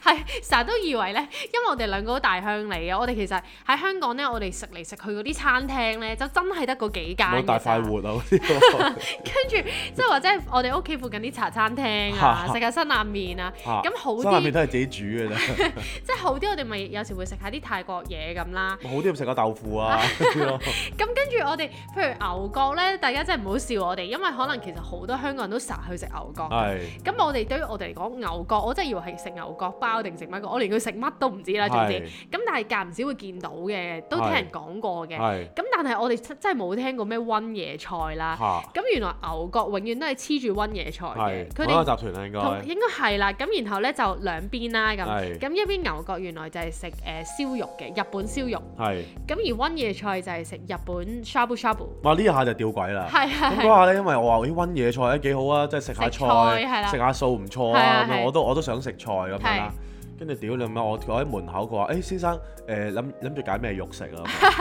[SPEAKER 3] 係成日都以為咧，因為我哋兩個都大鄉嚟啊，我哋其實喺香港咧，我哋食嚟食去嗰啲餐廳咧，就真係得嗰幾間
[SPEAKER 1] 冇大
[SPEAKER 3] 嘅咋
[SPEAKER 1] 快活啊！嗰啲
[SPEAKER 3] 跟住即係或者係我哋屋企附近啲茶餐 廳啊，食下辛辣麵啊，
[SPEAKER 1] 嚇
[SPEAKER 3] 咁好
[SPEAKER 1] 辛辣麵
[SPEAKER 3] 啲，
[SPEAKER 1] 都係自己煮嘅啫，
[SPEAKER 3] 即係好啲我哋咪有時會食下啲泰國嘢咁啦。
[SPEAKER 1] 好啲咁食個豆腐 啊嗰啲咯。
[SPEAKER 3] 咁跟住我哋譬如牛角咧，大家真係唔好笑我哋，因為可能其實好多香港人都成日去食牛角。
[SPEAKER 1] 係
[SPEAKER 3] 咁我哋對於我哋嚟講，牛角我真係以為係食牛角包包定食乜嘅，我連佢食乜都唔知啦，總之。
[SPEAKER 1] 係
[SPEAKER 3] 咁但係間唔少會見到嘅，都聽人講過嘅。
[SPEAKER 1] 係
[SPEAKER 3] 咁但係我哋真真係冇聽過咩温野菜啦。
[SPEAKER 1] 嚇
[SPEAKER 3] 咁原來牛角永遠都係黐住温野菜嘅，
[SPEAKER 1] 係
[SPEAKER 3] 佢
[SPEAKER 1] 佢
[SPEAKER 3] 哋
[SPEAKER 1] 哋集團啊啦應
[SPEAKER 3] 同
[SPEAKER 1] 該
[SPEAKER 3] 應該係啦，咁然後咧就兩邊啦咁，
[SPEAKER 1] 係
[SPEAKER 3] 咁一邊牛角原來就係食誒燒肉嘅日本燒肉，
[SPEAKER 1] 係
[SPEAKER 3] 咁而温野菜就係食日本 shabu shabu，
[SPEAKER 1] 哇呢下就吊鬼啦。
[SPEAKER 3] 係係
[SPEAKER 1] 咁
[SPEAKER 3] 係
[SPEAKER 1] 嗰下咧，因為我話咦温野菜咧幾好啊，即係食下
[SPEAKER 3] 食菜係啦
[SPEAKER 1] 食下素唔錯
[SPEAKER 3] 係啊
[SPEAKER 1] 啊，咁
[SPEAKER 3] 係
[SPEAKER 1] 樣我都我都想食菜咁樣啦。跟住屌你媽！我我喺門口佢話：誒哎先生，誒諗諗住揀咩肉食啊？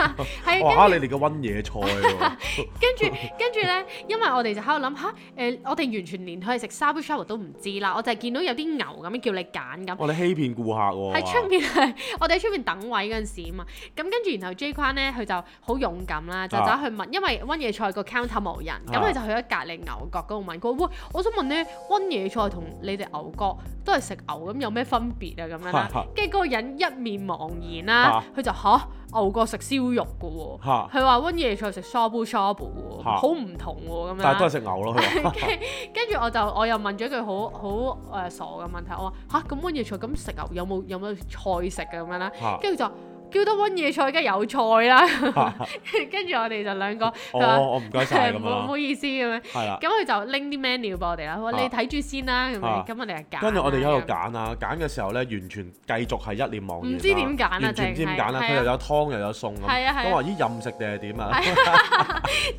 [SPEAKER 1] 我話嚇
[SPEAKER 3] 係跟住
[SPEAKER 1] 你哋嘅温野菜喎，
[SPEAKER 3] 跟住跟住咧，因為我哋就喺度諗吓誒，我哋完全連佢係食 shabu shabu 都唔知啦，我就係見到有啲牛咁樣叫你揀咁。
[SPEAKER 1] 我哋欺騙顧客喎。
[SPEAKER 3] 喺出面係，我哋喺出面等位嗰陣時啊嘛，咁跟住然後 J 框咧，佢就好勇敢啦，
[SPEAKER 1] 啊
[SPEAKER 3] 就走去問，因為温野菜個 counter 冇人，咁佢就去咗隔離牛角嗰度問佢，喂，我想問咧，温野菜同你哋牛角都係食牛咁，有咩分別啊？咁樣啦，跟住嗰個人一面茫然啦，佢就吓牛角食燒肉嘅喎，
[SPEAKER 1] 嚇，
[SPEAKER 3] 佢話温野菜食 shabu shabu 喎，好唔同喎咁
[SPEAKER 1] 但係都係
[SPEAKER 3] 樣。
[SPEAKER 1] 食牛咯。佢 話
[SPEAKER 3] 跟住我就我又問咗一句好好呃誒傻嘅問題，我話吓咁温野菜咁食牛有冇有冇菜食啊嘅咁樣啦？
[SPEAKER 1] 嚇
[SPEAKER 3] 跟住就叫得温野菜，梗係有菜啦。 跟住我哋就兩個，佢話
[SPEAKER 1] 哦，我唔該 晒咁
[SPEAKER 3] 唔
[SPEAKER 1] 樣
[SPEAKER 3] 好唔
[SPEAKER 1] 啦
[SPEAKER 3] 好，意思咁樣。
[SPEAKER 1] 係啦。
[SPEAKER 3] 咁佢就拎啲 menu 俾我哋啦，佢話
[SPEAKER 1] 啊
[SPEAKER 3] 你睇住先啦，咁
[SPEAKER 1] 啊
[SPEAKER 3] 樣。咁我哋就揀啦。
[SPEAKER 1] 跟住我哋喺度
[SPEAKER 3] 咁樣。
[SPEAKER 1] 揀啊，揀嘅時候咧，完全繼續係一臉茫然啦。
[SPEAKER 3] 唔知點揀啊
[SPEAKER 1] 完全唔知點揀啦。
[SPEAKER 3] 淨係
[SPEAKER 1] 佢又有湯又有餸咁。
[SPEAKER 3] 係啊係啊
[SPEAKER 1] 咁話咦任食定係點啊？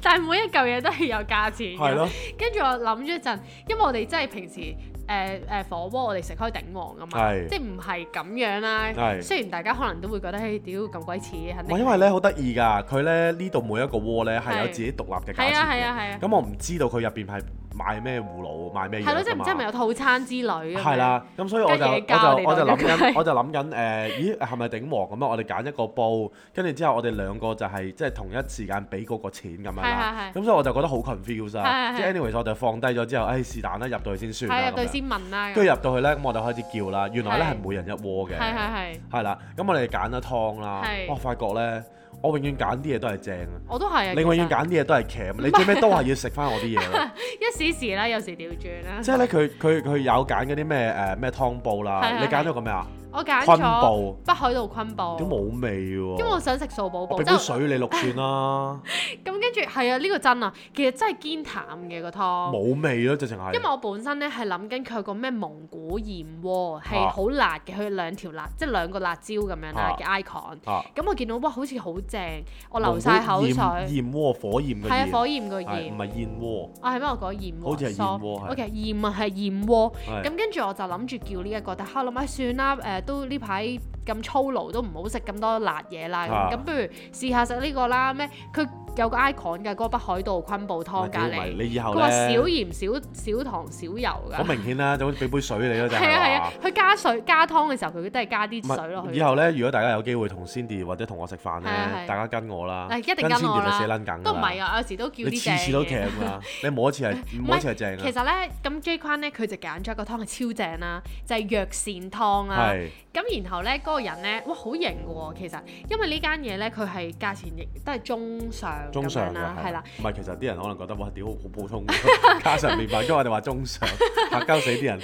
[SPEAKER 3] 但係每一嚿嘢都係有價錢嘅。
[SPEAKER 1] 係咯，
[SPEAKER 3] 跟住我諗咗一陣，因為我哋真係平時誒誒火鍋，我哋食開鼎王噶嘛，
[SPEAKER 1] 係
[SPEAKER 3] 即係唔係咁樣啦。
[SPEAKER 1] 係哦
[SPEAKER 3] 雖然大家可能都會覺得，嘿，屌咁鬼似，肯定
[SPEAKER 1] 哇！因為咧好得意㗎，佢咧呢度每一個鍋咧係有
[SPEAKER 3] 係
[SPEAKER 1] 自己獨立嘅價
[SPEAKER 3] 係
[SPEAKER 1] 錢
[SPEAKER 3] 啊係
[SPEAKER 1] 嘅。
[SPEAKER 3] 啊係啊，
[SPEAKER 1] 咁我唔知道佢入邊係賣咩葫蘆，賣咩嘢
[SPEAKER 3] 係咯，即係
[SPEAKER 1] 㗎
[SPEAKER 3] 唔
[SPEAKER 1] 嘛
[SPEAKER 3] 知係咪有套餐之類咁樣
[SPEAKER 1] 係，啦，咁所以我就
[SPEAKER 3] 跟住加
[SPEAKER 1] 我就我就
[SPEAKER 3] 我哋
[SPEAKER 1] 諗
[SPEAKER 3] 度嘅
[SPEAKER 1] 緊， 我就諗緊誒，呃咦係咪頂王咁啊？我哋揀一個煲，跟住之後我哋兩個就係即係同一時間俾嗰個錢咁樣啦。
[SPEAKER 3] 係
[SPEAKER 1] 咁所以我就覺得好 confuse 啊！
[SPEAKER 3] 係係
[SPEAKER 1] 即係 anyways，我就放低咗之後，誒是但啦，入到去先算
[SPEAKER 3] 係
[SPEAKER 1] 啦
[SPEAKER 3] 入
[SPEAKER 1] 咁
[SPEAKER 3] 對
[SPEAKER 1] 樣。
[SPEAKER 3] 先問啦。咁
[SPEAKER 1] 跟住入到去咧，咁我就開始叫啦。原來咧
[SPEAKER 3] 係
[SPEAKER 1] 係每人一鍋
[SPEAKER 3] 係
[SPEAKER 1] 嘅，
[SPEAKER 3] 係係，
[SPEAKER 1] 係啦。咁我哋揀咗湯啦
[SPEAKER 3] 係，
[SPEAKER 1] 哇！發覺咧，我永遠揀啲嘢都係正啊。
[SPEAKER 3] 我都係啊。
[SPEAKER 1] 你永遠
[SPEAKER 3] 其實
[SPEAKER 1] 揀啲嘢都係鉗，你最尾都係要食翻我啲嘢 咯。
[SPEAKER 3] 一時時啦，有時調轉啦。
[SPEAKER 1] 即係咧，佢佢佢有揀嗰啲咩誒咩湯煲
[SPEAKER 3] 係
[SPEAKER 1] 啦，
[SPEAKER 3] 係
[SPEAKER 1] 你揀咗個咩啊？
[SPEAKER 3] 我揀
[SPEAKER 1] 昆
[SPEAKER 3] 咗
[SPEAKER 1] 布，
[SPEAKER 3] 北海道昆布，
[SPEAKER 1] 點冇味
[SPEAKER 3] 因啊為我
[SPEAKER 1] 喎？
[SPEAKER 3] 想食素寶
[SPEAKER 1] 我
[SPEAKER 3] 寶，
[SPEAKER 1] 俾
[SPEAKER 3] 即
[SPEAKER 1] 杯
[SPEAKER 3] 係
[SPEAKER 1] 水你淥算啦，
[SPEAKER 3] 咁跟住係啊，呢個真啊，其實真係堅淡嘅個湯。
[SPEAKER 1] 冇味咯，直情
[SPEAKER 3] 因為
[SPEAKER 1] 係。
[SPEAKER 3] 我本身咧係諗緊佢有個咩蒙古燕窩係
[SPEAKER 1] 啊
[SPEAKER 3] 好辣嘅，佢兩條辣即係兩個辣椒咁樣啦
[SPEAKER 1] 啊
[SPEAKER 3] 嘅 icon。
[SPEAKER 1] 啊！
[SPEAKER 3] 咁我見到哇，好似好正，我流晒口水。
[SPEAKER 1] 蒙古
[SPEAKER 3] 係
[SPEAKER 1] 燕燕窩火焰嘅
[SPEAKER 3] 啊
[SPEAKER 1] 燕，，
[SPEAKER 3] 火焰
[SPEAKER 1] 係
[SPEAKER 3] 個
[SPEAKER 1] 唔
[SPEAKER 3] 燕。
[SPEAKER 1] 係燕窩？
[SPEAKER 3] 啊，係咩？我講燕窩。
[SPEAKER 1] 好似係燕窩係
[SPEAKER 3] O K，燕啊係燕窩。
[SPEAKER 1] 係
[SPEAKER 3] 咁跟住我就諗住叫呢、一個，但係我諗唉算啦，誒、都呢排咁粗勞都唔好食咁多辣嘢啦，咁、
[SPEAKER 1] 啊
[SPEAKER 3] 咁不如試下食呢個啦咩？佢有個 icon 嘅嗰、個北海道昆布湯隔
[SPEAKER 1] 屌咪
[SPEAKER 3] 離，啊
[SPEAKER 1] 你以後
[SPEAKER 3] 佢
[SPEAKER 1] 咧
[SPEAKER 3] 話少鹽少少糖少油
[SPEAKER 1] 好
[SPEAKER 3] 㗎，
[SPEAKER 1] 明顯啦，總之俾杯水你咯，就
[SPEAKER 3] 啊 係啊係
[SPEAKER 1] 係
[SPEAKER 3] 啊
[SPEAKER 1] 話。，
[SPEAKER 3] 佢加水加湯嘅時候佢都係加
[SPEAKER 1] 唔
[SPEAKER 3] 啲水落
[SPEAKER 1] 係，
[SPEAKER 3] 去
[SPEAKER 1] 以，後咧，如果大家有機會同 Cindy 或者同我食飯
[SPEAKER 3] 係啊係
[SPEAKER 1] 咧，大家跟我啦，
[SPEAKER 3] 係一定
[SPEAKER 1] 跟
[SPEAKER 3] 跟我
[SPEAKER 1] Cindy 就
[SPEAKER 3] 啦
[SPEAKER 1] 死撚梗㗎
[SPEAKER 3] 都唔係
[SPEAKER 1] 啦，
[SPEAKER 3] 啊，有時都叫
[SPEAKER 1] 你
[SPEAKER 3] 啲
[SPEAKER 1] 次
[SPEAKER 3] 正
[SPEAKER 1] 次都
[SPEAKER 3] 嘅。
[SPEAKER 1] 鉗啦，你冇一次係冇一次係正啊嘅，
[SPEAKER 3] 其實咧，咁 J 框咧佢就揀咗一個湯係超正啦，就係、藥膳湯啦。
[SPEAKER 1] 係
[SPEAKER 3] 啊咁然後咧，嗰、個人咧，哇，好型嘅喎！其實，因為呢間嘢咧，佢係價錢亦都係中上咁
[SPEAKER 1] 中上
[SPEAKER 3] 樣
[SPEAKER 1] 嘅
[SPEAKER 3] 啦，係啦。，
[SPEAKER 1] 唔係其實啲人可能覺得哇屌好普通 喎，家常便飯，因為我哋話中上， 嚇鳩死啲人，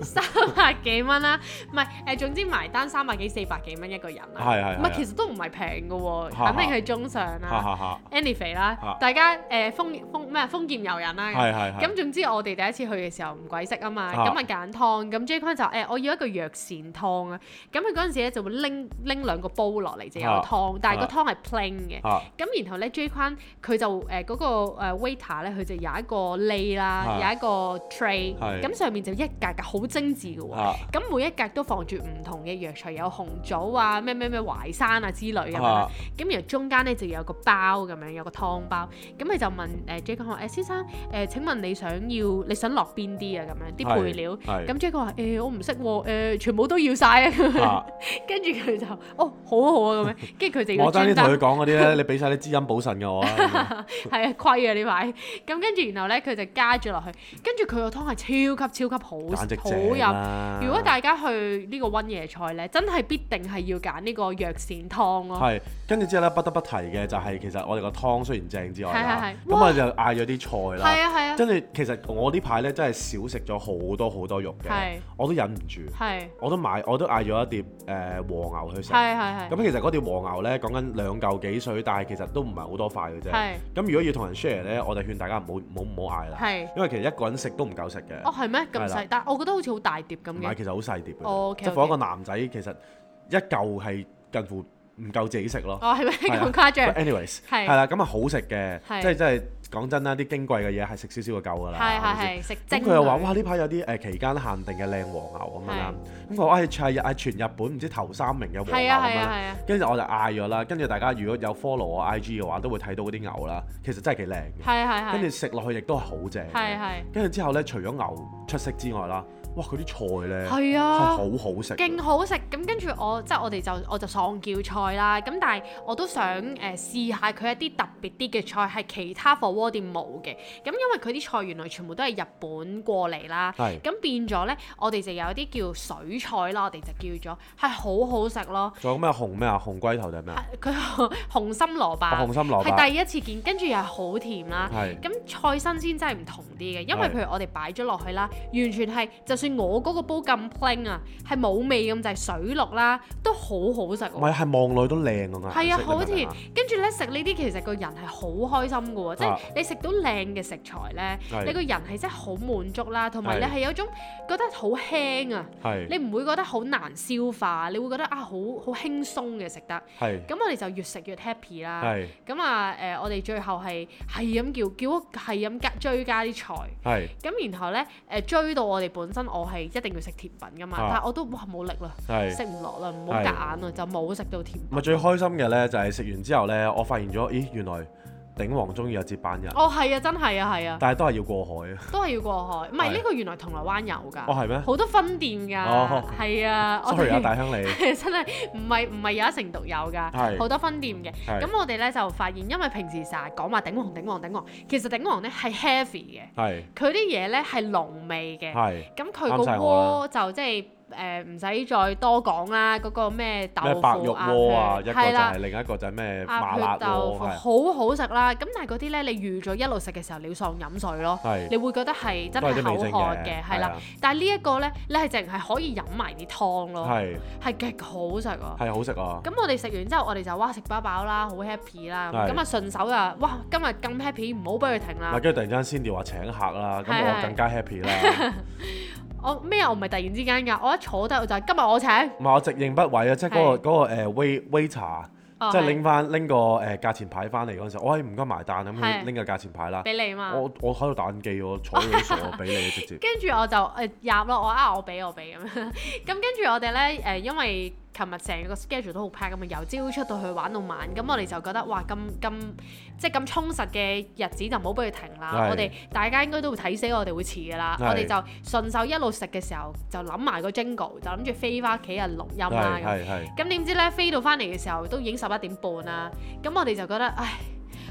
[SPEAKER 3] 三百幾蚊啦，唔係誒，總之埋單三百幾四百幾蚊一個人啦，
[SPEAKER 1] 係係
[SPEAKER 3] 唔係
[SPEAKER 1] 係
[SPEAKER 3] 其實都唔係平嘅喎，
[SPEAKER 1] 哈哈
[SPEAKER 3] 肯定係中上
[SPEAKER 1] 哈
[SPEAKER 3] 啦。
[SPEAKER 1] 哈哈，
[SPEAKER 3] Annie 肥啦
[SPEAKER 1] 哈，
[SPEAKER 3] 大家誒封封咩封劍遊人啦，
[SPEAKER 1] 係係係，
[SPEAKER 3] 啊咁總之我哋第一次去嘅時候唔鬼識啊嘛，
[SPEAKER 1] 啊
[SPEAKER 3] 咁咪揀湯，咁 J 君就誒、我要一個藥膳湯啊，咁佢嗰陣時咧就會拎拎兩個煲落嚟就有
[SPEAKER 1] 啊
[SPEAKER 3] 湯，但係個
[SPEAKER 1] 啊
[SPEAKER 3] 湯係 plain 嘅。
[SPEAKER 1] 嚇
[SPEAKER 3] 咁然後咧 J 框佢就誒嗰、個、呃、waiter 咧，佢就有一個 lay 啦，
[SPEAKER 1] 係
[SPEAKER 3] 有一個 tray，
[SPEAKER 1] 啊係啊
[SPEAKER 3] 咁上面就一格嘅，好精緻嘅喎。
[SPEAKER 1] 嚇
[SPEAKER 3] 咁每一格都放住唔同嘅藥材，有紅棗啊、咩咩咩淮山啊之類咁樣啦
[SPEAKER 1] 啊。
[SPEAKER 3] 咁、然後中間咧就有個包咁樣，有個湯包。咁佢就問誒、呃 J 框話：誒、先生誒、呃，請問你想要你想落邊啲啊？咁樣啲配料。
[SPEAKER 1] 係
[SPEAKER 3] 咁 J 框話：誒、我唔識喎，呃全部都要晒啊！
[SPEAKER 1] 嚇，
[SPEAKER 3] 跟住佢就哦，好啊好啊咁樣，跟住佢就要
[SPEAKER 1] 我爭啲
[SPEAKER 3] 專
[SPEAKER 1] 同
[SPEAKER 3] 登
[SPEAKER 1] 佢講嗰啲咧，你俾晒啲滋陰補腎嘅我啊，
[SPEAKER 3] 係啊， 虧啊呢排。咁跟住然後咧，佢就加咗落去，跟住佢個湯係超級超級好
[SPEAKER 1] 簡直
[SPEAKER 3] 好
[SPEAKER 1] 正
[SPEAKER 3] 飲。
[SPEAKER 1] 啦！
[SPEAKER 3] 如果大家去呢個溫野菜咧，真係必定係要揀呢個藥膳湯咯。
[SPEAKER 1] 係，跟住之後咧，不得不提嘅就係其實我哋個湯雖然正之外啦，
[SPEAKER 3] 係係係
[SPEAKER 1] 咁
[SPEAKER 3] 哇
[SPEAKER 1] 我就嗌咗啲菜
[SPEAKER 3] 係
[SPEAKER 1] 啦。
[SPEAKER 3] 啊係啊，
[SPEAKER 1] 跟住其實我呢排咧真係少食咗好多好多肉嘅
[SPEAKER 3] 係，
[SPEAKER 1] 我都忍唔住，
[SPEAKER 3] 係
[SPEAKER 1] 我都買我都嗌咗一碟誒和牛去食。
[SPEAKER 3] 係係係
[SPEAKER 1] 咁其實嗰碟和牛咧講緊兩嚿幾水，但係其實都唔係好多塊嘅啫。
[SPEAKER 3] 係
[SPEAKER 1] 咁如果要同人 share 咧，我就勸大家唔好唔好唔好嗌啦，
[SPEAKER 3] 係。
[SPEAKER 1] 因為其實一個人食都唔夠食嘅。
[SPEAKER 3] 哦係咩咁
[SPEAKER 1] 係啦
[SPEAKER 3] 細？但係我覺得好似好大碟咁
[SPEAKER 1] 唔係，
[SPEAKER 3] 嘅。
[SPEAKER 1] 其實好細碟嘅啫，
[SPEAKER 3] 哦，OK，
[SPEAKER 1] 即係放一
[SPEAKER 3] OK
[SPEAKER 1] 個男仔，其實一嚿係近乎唔夠自己食咯。
[SPEAKER 3] 哦係咩
[SPEAKER 1] 係啊
[SPEAKER 3] 咁誇張
[SPEAKER 1] But？anyways，
[SPEAKER 3] 係
[SPEAKER 1] 係啦，咁啊好食嘅，
[SPEAKER 3] 係
[SPEAKER 1] 即係即係講真啦，啲矜貴嘅嘢係食少少就夠㗎啦。
[SPEAKER 3] 係
[SPEAKER 1] 係
[SPEAKER 3] 係
[SPEAKER 1] 咪先
[SPEAKER 3] 係食
[SPEAKER 1] 咁
[SPEAKER 3] 蒸。啊
[SPEAKER 1] 佢又話：哇！呢排有啲誒期間限定嘅靚和牛咁樣啦，咁佢話：誒全係全日本唔知頭三名嘅和牛咁
[SPEAKER 3] 係啊係
[SPEAKER 1] 樣
[SPEAKER 3] 啊
[SPEAKER 1] 啦。
[SPEAKER 3] 係啊！
[SPEAKER 1] 跟住我就嗌咗啦，跟住大家如果有 follow 我 IG 嘅話，都會睇到嗰啲牛啦，其實真係幾靚嘅。
[SPEAKER 3] 係啊係
[SPEAKER 1] 跟住
[SPEAKER 3] 係
[SPEAKER 1] 食落去亦都係啊好正嘅。
[SPEAKER 3] 係係
[SPEAKER 1] 跟住之後咧，除咗牛出色之外啦，哇！佢啲菜咧係
[SPEAKER 3] 係
[SPEAKER 1] 好
[SPEAKER 3] 啊！
[SPEAKER 1] 好食嘅，
[SPEAKER 3] 勁好食，咁跟住我即係我哋就我就喪叫菜啦，咁但係我都想誒、呃、試下佢一啲特別啲嘅菜係其他火鍋店冇嘅，咁因為佢啲菜原來全部都係日本過嚟啦，
[SPEAKER 1] 係
[SPEAKER 3] 咁變咗呢，我哋就有啲叫水菜啦，我哋就叫咗係好好食咯，
[SPEAKER 1] 仲有咩紅咩啊？紅龜頭定係咩啊？
[SPEAKER 3] 佢 紅心蘿
[SPEAKER 1] 啊
[SPEAKER 3] 蔔
[SPEAKER 1] 紅心蘿
[SPEAKER 3] 係
[SPEAKER 1] 蔔
[SPEAKER 3] 第一次見，跟住又係好甜啦。
[SPEAKER 1] 係
[SPEAKER 3] 咁菜新鮮真係唔同啲嘅，因為
[SPEAKER 1] 係
[SPEAKER 3] 譬如我哋擺咗落去啦，完全係就算我嗰個煲咁 plain 啊，係冇味咁就係水綠啦，都好好食
[SPEAKER 1] 唔
[SPEAKER 3] 喎。
[SPEAKER 1] 係係望落去都靚㗎嘛？
[SPEAKER 3] 係啊，好
[SPEAKER 1] 你明
[SPEAKER 3] 甜
[SPEAKER 1] 唔明啊！
[SPEAKER 3] 跟住咧食呢啲其實個人係好開心嘅喎，即係
[SPEAKER 1] 啊
[SPEAKER 3] 你食到靚嘅食材咧，
[SPEAKER 1] 係
[SPEAKER 3] 你個人係真係好滿足啦，同埋你
[SPEAKER 1] 係
[SPEAKER 3] 係有種覺得好輕啊，
[SPEAKER 1] 係
[SPEAKER 3] 你唔會覺得好難消化，你會覺得啊好好輕鬆嘅食得。
[SPEAKER 1] 係
[SPEAKER 3] 咁我哋就越食越 happy 啦。
[SPEAKER 1] 係
[SPEAKER 3] 咁啊誒、我哋最後係係咁叫叫係咁加追加啲菜，
[SPEAKER 1] 係
[SPEAKER 3] 咁然後咧誒、追到我哋本身我係一定要食甜品噶嘛，
[SPEAKER 1] 啊
[SPEAKER 3] 但係我都哇冇力啦，
[SPEAKER 1] 係。
[SPEAKER 3] 食唔落啦，唔好
[SPEAKER 1] 係
[SPEAKER 3] 夾硬啦，啊就冇食到甜品。
[SPEAKER 1] 咪最開心嘅咧，就係食完之後咧，我發現咗，咦，原來鼎王中意有接班人，
[SPEAKER 3] 哦，係啊，真係啊，係啊，
[SPEAKER 1] 但係都係要過海啊！
[SPEAKER 3] 都係要過海。唔
[SPEAKER 1] 係
[SPEAKER 3] 係呢個原來銅鑼灣有㗎，
[SPEAKER 1] 哦，係咩
[SPEAKER 3] 好多分店㗎，
[SPEAKER 1] 哦
[SPEAKER 3] 係啊，我
[SPEAKER 1] ？sorry 啊，
[SPEAKER 3] 哋
[SPEAKER 1] 大鄉 里
[SPEAKER 3] 真係唔係唔係有一成獨有
[SPEAKER 1] 係
[SPEAKER 3] 㗎，好多分店嘅。
[SPEAKER 1] 係
[SPEAKER 3] 咁我哋咧就發現，因為平時成日講話鼎王鼎王鼎王，其實鼎王咧係 heavy 嘅。
[SPEAKER 1] 係
[SPEAKER 3] 佢啲嘢咧係濃味嘅，
[SPEAKER 1] 係
[SPEAKER 3] 咁佢
[SPEAKER 1] 啱
[SPEAKER 3] 個
[SPEAKER 1] 晒我
[SPEAKER 3] 鍋就即係誒唔使再多講啦，嗰、個咩豆
[SPEAKER 1] 咩
[SPEAKER 3] 腐
[SPEAKER 1] 白肉鍋啊，
[SPEAKER 3] 鴨
[SPEAKER 1] 一個
[SPEAKER 3] 血
[SPEAKER 1] 就
[SPEAKER 3] 係啦
[SPEAKER 1] 係另一個就係咩麻
[SPEAKER 3] 鴨
[SPEAKER 1] 辣
[SPEAKER 3] 血豆
[SPEAKER 1] 鍋，啊
[SPEAKER 3] 腐
[SPEAKER 1] 係
[SPEAKER 3] 好好食啦，咁但係嗰啲咧你預咗一路食嘅時候你要喪飲水咯，
[SPEAKER 1] 係
[SPEAKER 3] 你會覺得係真
[SPEAKER 1] 都係
[SPEAKER 3] 係
[SPEAKER 1] 啲味
[SPEAKER 3] 口
[SPEAKER 1] 精
[SPEAKER 3] 渴嘅，係啦
[SPEAKER 1] 啊，
[SPEAKER 3] 但係呢一個咧你係淨係可以飲埋啲湯咯，
[SPEAKER 1] 係啊
[SPEAKER 3] 係極好食啊！
[SPEAKER 1] 係好食啊！
[SPEAKER 3] 咁我哋食完之後，我哋就哇食飽飽啦，好 happy 啦，
[SPEAKER 1] 係
[SPEAKER 3] 咁啊順手啊，哇今日咁 happy，唔好俾佢停啦
[SPEAKER 1] 嗱，。跟住突然間 Cindy 話請客啦，咁
[SPEAKER 3] 啊係
[SPEAKER 1] 我
[SPEAKER 3] 係
[SPEAKER 1] 更加 happy 啦。
[SPEAKER 3] 我咩啊？我唔係突然之間㗎，我一坐低我就係今日我請，
[SPEAKER 1] 唔係我直認不諱啊，即係嗰個
[SPEAKER 3] 係
[SPEAKER 1] 嗰個誒 wait waiter，
[SPEAKER 3] 哦
[SPEAKER 1] 即係
[SPEAKER 3] 係
[SPEAKER 1] 拎翻拎個誒價錢牌翻嚟嗰陣時，我係哎唔該埋單咁佢
[SPEAKER 3] 係
[SPEAKER 1] 拎個價錢牌啦。
[SPEAKER 3] 俾你啊嘛。
[SPEAKER 1] 我我喺度打緊機，我坐喺度傻，我俾你直 接。
[SPEAKER 3] 跟住我就誒入咯，我啊我俾我俾咁樣。 咁跟住我哋咧誒，因為琴日成個 schedule 都好 pack 咁啊，由朝出到去玩到晚，咁我哋就覺得哇咁咁即係咁充實嘅日子就唔好俾佢停啦。
[SPEAKER 1] 係
[SPEAKER 3] 我哋大家應該都會睇死我哋會遲㗎啦。
[SPEAKER 1] 係
[SPEAKER 3] 我哋就順手一路食嘅時候就諗埋個 jingle，就諗住飛翻屋企人錄音啦
[SPEAKER 1] 係
[SPEAKER 3] 咁。
[SPEAKER 1] 係係，
[SPEAKER 3] 咁點知咧飛到翻嚟嘅時候都已經十一點半啦，咁我哋就覺得唉，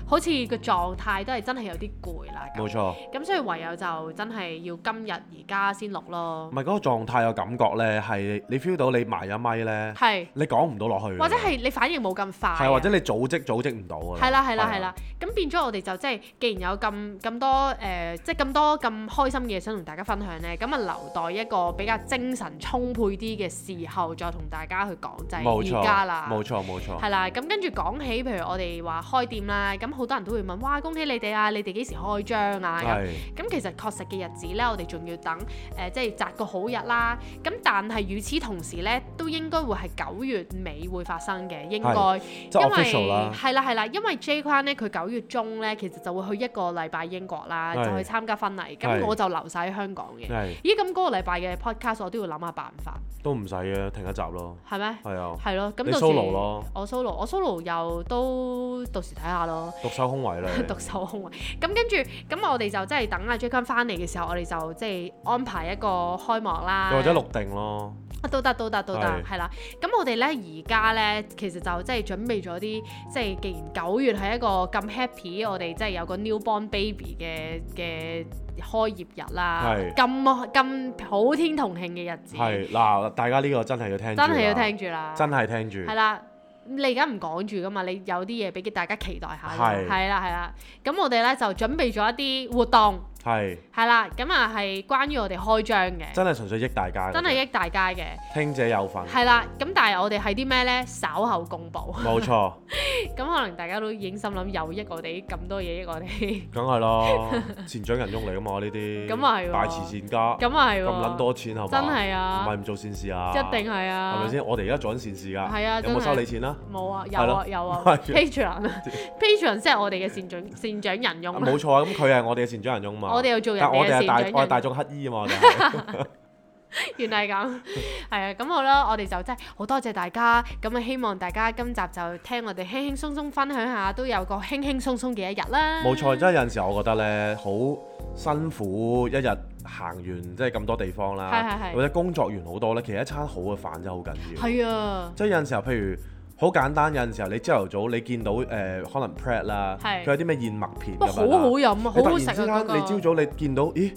[SPEAKER 3] 好似個狀態都係真係有啲攰啦咁
[SPEAKER 1] 冇。錯。
[SPEAKER 3] 咁所以唯有就真係要今日而家先錄咯
[SPEAKER 1] 唔，係嗰個狀態嘅感覺咧，係你 feel 到你埋咗咪咧，
[SPEAKER 3] 係
[SPEAKER 1] 你講唔到落去㗎。
[SPEAKER 3] 或者係你反應冇咁快啊，
[SPEAKER 1] 啊係或者你組織組織唔到啊。
[SPEAKER 3] 係啦係啦
[SPEAKER 1] 係啊
[SPEAKER 3] 係啦，咁變咗我哋就即係既然有咁咁多誒、呃即係咁多咁開心嘅嘢想同大家分享咧，咁啊留待一個比較精神充沛啲嘅時候再同大家去講就
[SPEAKER 1] 冇
[SPEAKER 3] 係
[SPEAKER 1] 錯
[SPEAKER 3] 而家啦。
[SPEAKER 1] 冇錯冇錯。
[SPEAKER 3] 係啦，咁跟住講起，譬如我哋話開店啦，咁好多人都會問，哇，恭喜你哋啊！你哋幾時開張啊？咁
[SPEAKER 1] 係
[SPEAKER 3] 咁其實確實嘅日子呢，我哋仲要等誒、呃即係擇個好日啦。咁但係與此同時呢，都應該會係九月尾會發生嘅，應該
[SPEAKER 1] 即係
[SPEAKER 3] 因
[SPEAKER 1] official
[SPEAKER 3] 為
[SPEAKER 1] 啦
[SPEAKER 3] 係啦係啦，因為 J 框呢，佢九月中呢，其實就會去一個禮拜英國啦，就
[SPEAKER 1] 係
[SPEAKER 3] 去參加婚禮。咁
[SPEAKER 1] 係
[SPEAKER 3] 我就留晒喺香港嘅。
[SPEAKER 1] 係
[SPEAKER 3] 咦，咁嗰個禮拜嘅 podcast 我都要諗下辦法，
[SPEAKER 1] 都唔使嘅，停一集咯。
[SPEAKER 3] 係咩？
[SPEAKER 1] 係啊，
[SPEAKER 3] 係咯，咁
[SPEAKER 1] 你
[SPEAKER 3] 到時
[SPEAKER 1] solo 咯，
[SPEAKER 3] 我 solo，我 solo 又都到時睇下咯。
[SPEAKER 1] 獨守空位啦。你
[SPEAKER 3] 獨守空位。咁跟住，咁我哋就真係等阿 J 君翻嚟嘅時候，我哋就即係安排一個開幕啦。
[SPEAKER 1] 又或者錄定咯，
[SPEAKER 3] 啊都得都得都得
[SPEAKER 1] 係，
[SPEAKER 3] 係啦。咁我哋咧而家咧，其實就即係準備咗啲，即係既然九月係一個咁 happy，我哋即係有個 newborn baby 嘅嘅開業日啦，
[SPEAKER 1] 係
[SPEAKER 3] 咁咁普天同慶嘅日子，
[SPEAKER 1] 係嗱，大家呢個真係要聽，
[SPEAKER 3] 真係要，聽住啦，
[SPEAKER 1] 真係聽住
[SPEAKER 3] 係，啦。你而家唔講住噶嘛？你有啲嘢俾大家期待下㗎嘛，
[SPEAKER 1] 係
[SPEAKER 3] 係啦係啦。咁我哋咧就準備咗一啲活動，
[SPEAKER 1] 係
[SPEAKER 3] 係啦，咁啊係關於我哋開張嘅，
[SPEAKER 1] 真係純粹益大家嘅啫，
[SPEAKER 3] 真係益大家嘅。
[SPEAKER 1] 聽者有 份，
[SPEAKER 3] 係啦，咁但係我哋係啲咩呢？稍後公佈。
[SPEAKER 1] 冇錯，
[SPEAKER 3] 咁可能大家都已經心諗有益我哋咁多嘢益我哋，
[SPEAKER 1] 梗係啦， 善長人翁嚟噶嘛呢啲，
[SPEAKER 3] 咁啊係喎
[SPEAKER 1] 大慈善家，
[SPEAKER 3] 咁啊係喎，
[SPEAKER 1] 咁撚多錢係嘛，
[SPEAKER 3] 真係啊
[SPEAKER 1] 唔係唔做善事啊，
[SPEAKER 3] 一定係啊，
[SPEAKER 1] 係咪？先？我哋而家做緊善事㗎，
[SPEAKER 3] 係啊
[SPEAKER 1] 有
[SPEAKER 3] 真
[SPEAKER 1] 冇
[SPEAKER 3] 係
[SPEAKER 1] 收你錢啦？
[SPEAKER 3] 冇啊，有
[SPEAKER 1] 係
[SPEAKER 3] 啊
[SPEAKER 1] 咯
[SPEAKER 3] 有啊
[SPEAKER 1] 係
[SPEAKER 3] ，Patreon，Patreon 即係我哋嘅善長善長人用啦
[SPEAKER 1] 冇，錯啊，咁佢係我哋嘅善長人翁嘛。
[SPEAKER 3] 我哋又做人
[SPEAKER 1] 但我
[SPEAKER 3] 哋
[SPEAKER 1] 哋
[SPEAKER 3] 嘅
[SPEAKER 1] 係大
[SPEAKER 3] 善
[SPEAKER 1] 我
[SPEAKER 3] 長
[SPEAKER 1] 係
[SPEAKER 3] 人
[SPEAKER 1] 大
[SPEAKER 3] 用，
[SPEAKER 1] 眾乞衣啊嘛，我哋係
[SPEAKER 3] 原嚟係咁， 係啊，咁好啦，我哋就真係好多謝大家，咁啊希望大家今集就聽我哋輕輕鬆鬆分享下，都有個輕輕鬆鬆嘅一日啦，
[SPEAKER 1] 冇錯。真係有陣時候我覺得咧，好辛苦一日行完即係咁多地方啦
[SPEAKER 3] 係係，係
[SPEAKER 1] 或者工作完好多咧，其實一餐好嘅飯真係好緊要。
[SPEAKER 3] 係啊，
[SPEAKER 1] 即係有陣時候，譬如好簡單，有陣時候你朝頭早你見到誒、呃可能 Pret 啦，
[SPEAKER 3] 係
[SPEAKER 1] 佢有啲咩燕麥片
[SPEAKER 3] 哇
[SPEAKER 1] 咁
[SPEAKER 3] 好
[SPEAKER 1] 樣
[SPEAKER 3] 好
[SPEAKER 1] 啦你
[SPEAKER 3] 飲啊，好
[SPEAKER 1] 突
[SPEAKER 3] 好
[SPEAKER 1] 然
[SPEAKER 3] 食啊
[SPEAKER 1] 之
[SPEAKER 3] 嗰
[SPEAKER 1] 間
[SPEAKER 3] 個，
[SPEAKER 1] 你朝早你見到，咦？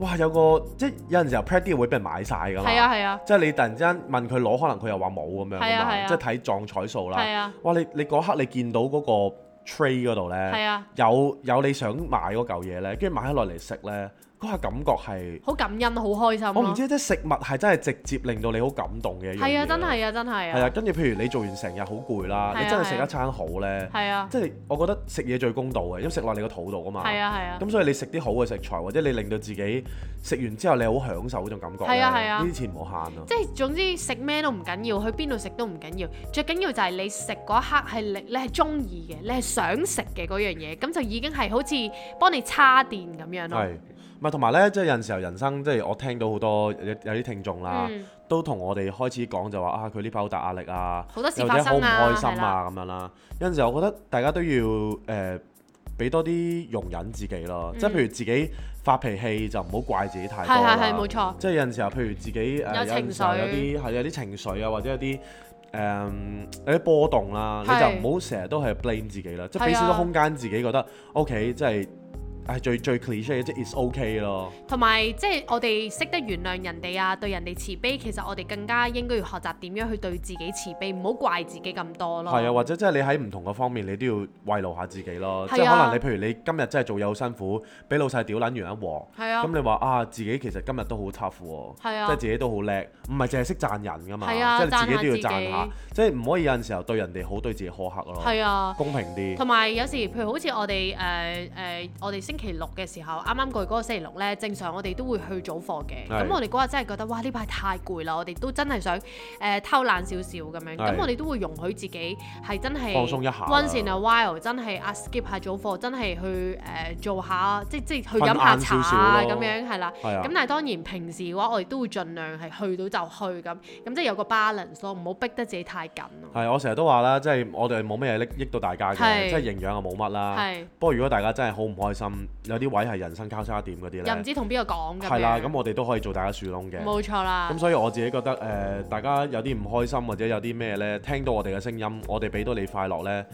[SPEAKER 1] 哇！有個即係有陣時候 Pret 啲嘢會俾人買晒㗎嘛。
[SPEAKER 3] 係啊係啊
[SPEAKER 1] 即係你突然之間問佢攞，可能佢又話冇咁樣
[SPEAKER 3] 係
[SPEAKER 1] 㗎
[SPEAKER 3] 啊係
[SPEAKER 1] 嘛，
[SPEAKER 3] 啊
[SPEAKER 1] 即係睇撞彩數啦。
[SPEAKER 3] 係啊
[SPEAKER 1] 哇！你你嗰刻你見到嗰個 tray 嗰度
[SPEAKER 3] 係
[SPEAKER 1] 咧，
[SPEAKER 3] 啊，
[SPEAKER 1] 有有你想買嗰嚿嘢咧，跟住買咗落嚟食咧，嗰下感覺係
[SPEAKER 3] 好感恩好開心
[SPEAKER 1] 我唔
[SPEAKER 3] 咯。
[SPEAKER 1] 知，即係食物係真係直接令到你好感動嘅一樣嘢
[SPEAKER 3] 係啊，
[SPEAKER 1] 啦。
[SPEAKER 3] 真係啊，真係
[SPEAKER 1] 係啊，
[SPEAKER 3] 啊，
[SPEAKER 1] 跟住譬如你做完成日好攰啦，
[SPEAKER 3] 係啊
[SPEAKER 1] 你真係
[SPEAKER 3] 係
[SPEAKER 1] 食
[SPEAKER 3] 啊
[SPEAKER 1] 一餐好咧，
[SPEAKER 3] 係啊，
[SPEAKER 1] 即係我覺得食嘢最公道嘅，因為食落你個肚度啊嘛。
[SPEAKER 3] 係啊，係啊，
[SPEAKER 1] 咁所以你食啲好嘅食材，或者你令到自己食完之後你好享受嗰種感覺
[SPEAKER 3] 係啊
[SPEAKER 1] 咧
[SPEAKER 3] 係啊
[SPEAKER 1] 呢啲錢唔好慳啊。
[SPEAKER 3] 即係總之食咩都唔緊要，去邊度食都唔緊要，最緊要就係你食嗰一刻係你你係中意嘅，你係想食嘅嗰樣嘢，咁就已經係好似幫你叉電咁樣咯。
[SPEAKER 1] 係，啊唔係同埋咧，即係有陣時候人生，即係我聽到好多有有啲聽眾啦，
[SPEAKER 3] 嗯
[SPEAKER 1] 都同我哋開始講就話啊，佢呢排好大壓力啊，
[SPEAKER 3] 好多事
[SPEAKER 1] 又或
[SPEAKER 3] 發
[SPEAKER 1] 者好唔
[SPEAKER 3] 生啊，
[SPEAKER 1] 開
[SPEAKER 3] 係
[SPEAKER 1] 心
[SPEAKER 3] 啦，
[SPEAKER 1] 啊咁樣啦。有陣時候我覺得大家都要誒。呃俾多啲容忍自己咯，即係譬如自己發脾氣就唔好怪自己太
[SPEAKER 3] 係
[SPEAKER 1] 多啦。
[SPEAKER 3] 嗯係係冇錯，
[SPEAKER 1] 即係有陣時候，譬如自己誒、呃、
[SPEAKER 3] 有
[SPEAKER 1] 有
[SPEAKER 3] 情
[SPEAKER 1] 陣時候
[SPEAKER 3] 緒
[SPEAKER 1] 有啲係有啲情緒啊，或者有啲誒、嗯有啲波動啦，你
[SPEAKER 3] 係
[SPEAKER 1] 就唔好成日都係 blame 自己啦，即係俾
[SPEAKER 3] 係啊
[SPEAKER 1] 少少空間自己覺得 OK，即係係最最 cliche 嘅，即係 is OK 咯，
[SPEAKER 3] 同埋即係我哋識得原諒人哋啊，對人哋慈悲，其實我哋更加應該要學習點樣去對自己慈悲，唔好怪自己咁多咯。
[SPEAKER 1] 係啊，或者即係你喺唔同嘅方面你都要慰勞下自己咯，即係
[SPEAKER 3] 係啊
[SPEAKER 1] 可能你譬如你今日真係做嘢好辛苦，俾老細屌撚完一鑊，
[SPEAKER 3] 係啊
[SPEAKER 1] 咁你話啊自己其實今日都好 tough 喎，
[SPEAKER 3] 係啊
[SPEAKER 1] 即係自己都好叻，唔係淨係識讚人噶嘛，
[SPEAKER 3] 係啊
[SPEAKER 1] 即係你自己都要
[SPEAKER 3] 讚下自
[SPEAKER 1] 讚
[SPEAKER 3] 己
[SPEAKER 1] 下，即係唔可以有陣時候對人哋好對自己苛刻咯，
[SPEAKER 3] 係啊。
[SPEAKER 1] 公平啲。
[SPEAKER 3] 同埋有時，譬如好似我哋誒誒，我哋星期六嘅時候，啱啱過去嗰個星期六咧，正常我哋都會去早課嘅。
[SPEAKER 1] 係
[SPEAKER 3] 咁我哋嗰日真係覺得，哇！呢排太攰啦，我哋都真係想誒、呃偷懶少少咁
[SPEAKER 1] 係
[SPEAKER 3] 樣。咁我哋都會容許自己係真係
[SPEAKER 1] 放鬆一下
[SPEAKER 3] Once in a while，真係啊 skip 下早課，真係去誒、呃做下，即即去飲
[SPEAKER 1] 瞓
[SPEAKER 3] 下
[SPEAKER 1] 晏
[SPEAKER 3] 茶
[SPEAKER 1] 少少
[SPEAKER 3] 啊
[SPEAKER 1] 咯
[SPEAKER 3] 咁樣係啦。
[SPEAKER 1] 係啊
[SPEAKER 3] 咁但係當然平時嘅話，我哋都會盡量係去到就去咁，咁即係有個 balance 咯，唔好逼得自己太緊咯。
[SPEAKER 1] 係，我成日都話啦，即係我哋冇乜嘢益益到大家嘅，
[SPEAKER 3] 係
[SPEAKER 1] 即係營養又冇乜啦。
[SPEAKER 3] 係
[SPEAKER 1] 不過如果大家真係好唔開心，有啲位係人生交叉點嗰啲
[SPEAKER 3] 又唔
[SPEAKER 1] 呢，
[SPEAKER 3] 知同邊個講咁樣。
[SPEAKER 1] 係啦，咁我哋都可以做大家樹窿嘅。
[SPEAKER 3] 冇錯啦
[SPEAKER 1] 咁。所以我自己覺得誒、呃大家有啲唔開心或者有啲咩呢，聽到我哋嘅聲音，我哋俾到你快樂呢，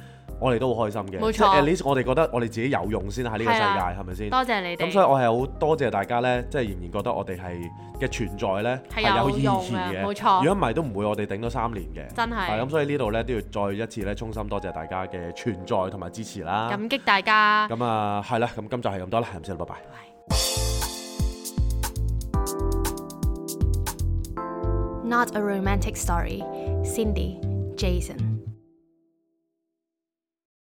[SPEAKER 1] 我哋都好開心嘅。
[SPEAKER 3] 冇錯
[SPEAKER 1] 即係 at least 我哋覺得我哋自己有用先喺呢個世界，
[SPEAKER 3] 係啦
[SPEAKER 1] 係咪先？
[SPEAKER 3] 多謝你哋。
[SPEAKER 1] 咁所以我係好多謝大家呢，即係仍然覺得我哋係嘅存在呢
[SPEAKER 3] 係
[SPEAKER 1] 係
[SPEAKER 3] 有
[SPEAKER 1] 意
[SPEAKER 3] 用
[SPEAKER 1] 義嘅。
[SPEAKER 3] 嘅冇錯
[SPEAKER 1] 如果唔係都唔會我哋頂咗三年嘅。
[SPEAKER 3] 真係
[SPEAKER 1] 咁，所以呢度呢，都要再一次呢，衷心多謝大家嘅存在同埋支持啦。
[SPEAKER 3] 感激大家。
[SPEAKER 1] 咁啊，係啦，咁今集係咁多啦，唔先啦，拜拜。
[SPEAKER 2] Not a Romantic Story, Cindy, Jason.